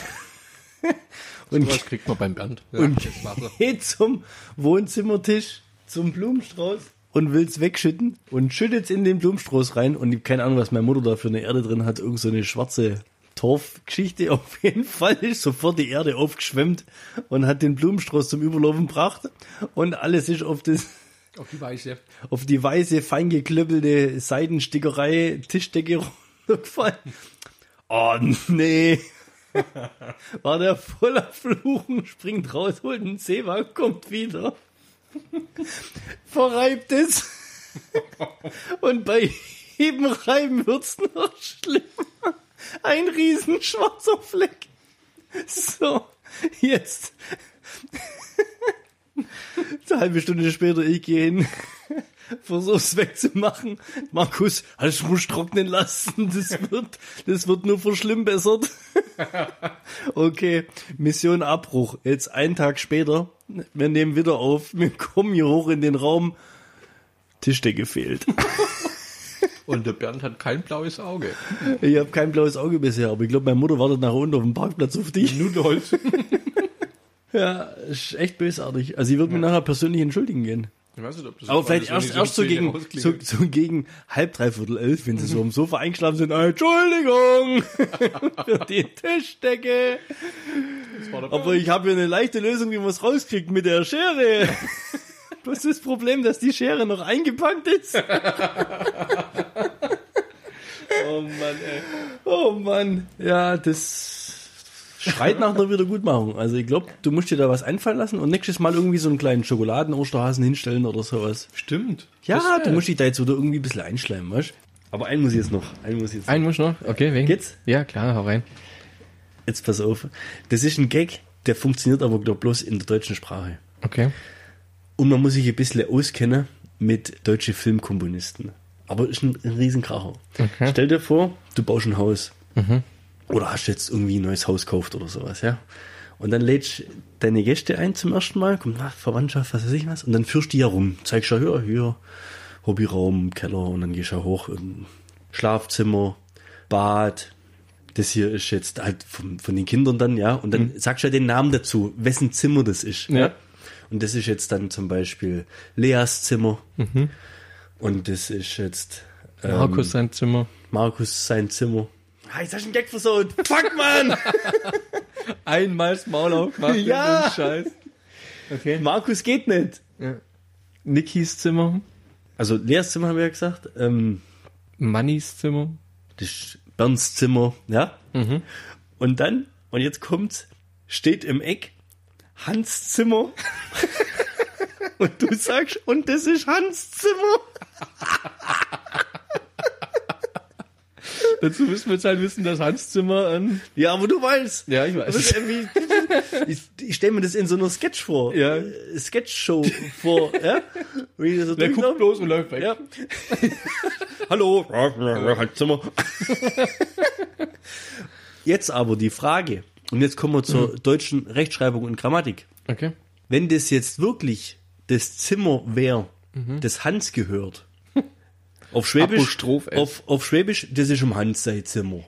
Und
Was kriegt man beim Bernd? Ja, das Wasser.
geht zum Wohnzimmertisch, zum Blumenstrauß und will's wegschütten und schüttet's in den Blumenstrauß rein und ich hab keine Ahnung, was meine Mutter da für eine Erde drin hat, irgend so eine schwarze Torfgeschichte. Auf jeden Fall ist sofort die Erde aufgeschwemmt und hat den Blumenstrauß zum Überlaufen gebracht und alles ist auf das
Auf die Weiche.
auf die weiße, fein geklöppelte Seidenstickerei Tischdecke runtergefallen. Oh nee. War der voller Fluchen, springt raus, holt einen Zewa, kommt wieder. Verreibt es. Und bei jedem Reiben wird's noch schlimmer. Ein riesen schwarzer Fleck. So, jetzt. Eine halbe Stunde später, ich gehe hin versuch's wegzumachen. Markus, hast du musst trocknen lassen. Das wird, das wird nur verschlimmbessert. Okay, Mission Abbruch. Jetzt einen Tag später. Wir nehmen wieder auf. Wir kommen hier hoch in den Raum. Tischdecke fehlt.
Und der Bernd hat kein blaues Auge.
Ich habe kein blaues Auge bisher, aber ich glaube, meine Mutter wartet nachher unten auf dem Parkplatz auf dich.
Nudelholz.
Ja, ist echt bösartig. Also ich würde mich nachher persönlich entschuldigen gehen.
Ich weiß nicht, ob das
Aber vielleicht erst, erst so, gegen, so, so gegen halb, dreiviertel elf, wenn sie so am Sofa eingeschlafen sind. "Ah, Entschuldigung für die Tischdecke. Aber ich habe hier eine leichte Lösung, wie man es rauskriegt mit der Schere. Das ist das Problem, dass die Schere noch eingepackt ist.
Oh Mann, ey.
Oh Mann. Ja, das schreit nach einer Wiedergutmachung. Also ich glaube, du musst dir da was einfallen lassen und nächstes Mal irgendwie so einen kleinen Schokoladen-Osterhasen hinstellen oder sowas.
Stimmt.
Ja, du musst dich da jetzt wieder irgendwie ein bisschen einschleimen, weißt du? äh, Aber einen muss ich jetzt noch. Einen muss ich jetzt
Ein Wunsch noch? Okay, wegen.
Geht's?
Ja, klar, hau rein.
Jetzt pass auf. Das ist ein Gag, der funktioniert aber, glaube bloß in der deutschen Sprache.
Okay.
Und man muss sich ein bisschen auskennen mit deutschen Filmkomponisten. Aber ist ein, ein Riesenkracher. Stell dir vor, du baust ein Haus. Oder hast jetzt irgendwie ein neues Haus gekauft oder sowas, ja. Und dann lädst du deine Gäste ein zum ersten Mal, kommt nach Verwandtschaft, was weiß ich was, und dann führst du die ja rum. Zeigst ja, hier, hier, Hobbyraum, Keller, und dann gehst du ja hoch in Schlafzimmer, Bad. Das hier ist jetzt halt von, von den Kindern dann, ja. Und dann sagst du ja den Namen dazu, wessen Zimmer das ist.
Ja.
Und das ist jetzt dann zum Beispiel Leas Zimmer. Und das ist jetzt ähm,
Markus sein Zimmer.
Markus sein Zimmer. Ah, jetzt hast du einen Gag versaut. Fuck, Mann!
Einmal das Maul aufgemacht.
Ja.
ja. Scheiß. Okay.
Markus geht nicht.
Nikis Zimmer.
Also Leas Zimmer haben wir ja gesagt. Ähm,
Mannys Zimmer.
das ist Bernds Zimmer, ja. Und dann, und jetzt kommt's, steht im Eck Hans Zimmer. und du sagst, und das ist Hans Zimmer.
Dazu müssen wir jetzt halt wissen, dass Hans Zimmer an.
Ja, aber du weißt.
Ja, ich
Das ist irgendwie, ich ich stelle mir das in so einer Sketch vor.
Ja.
Äh, Sketch-Show vor. ja? Wie die das so
Der guckt
durchlaufen.
bloß und läuft weg. Halt,
Ja. Hallo, Hans Zimmer. jetzt aber die Frage. Und jetzt kommen wir zur
Mhm.
deutschen Rechtschreibung und Grammatik.
Okay.
Wenn das jetzt wirklich das Zimmer wäre,
Mhm.
das Hans gehört. Auf Schwäbisch,
Apostroph S.
auf, auf Schwäbisch, das ist um Hans sein Zimmer.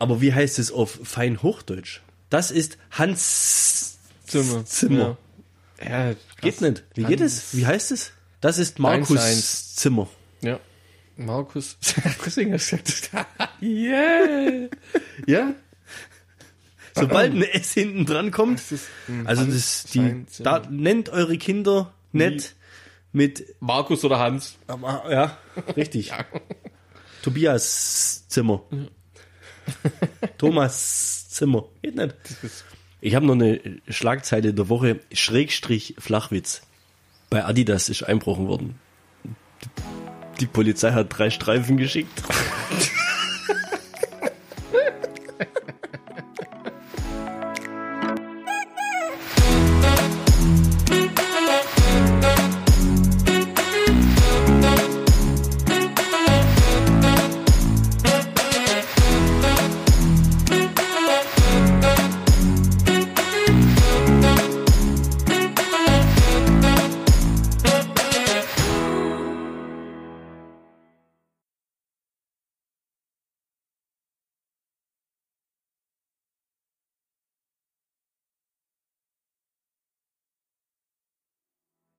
Aber wie heißt es auf fein Hochdeutsch? Das ist Hans
Zimmer.
Zimmer.
Ja. ja
Geht nicht. Wie geht es? Wie heißt es? Das ist
Seins.
Markus Zimmer.
Ja. Markus. Deswegen hast du gesagt. yeah. Ja.
Sobald ein S hinten dran kommt, also das, die,
sein Zimmer.
da, nennt eure Kinder nett mit,
Markus oder Hans.
ja, richtig. Tobias Zimmer. Thomas Zimmer. Geht nicht. Ich habe noch eine Schlagzeile der Woche, Schrägstrich Flachwitz. Bei Adidas ist einbrochen worden. Die Polizei hat drei Streifen geschickt.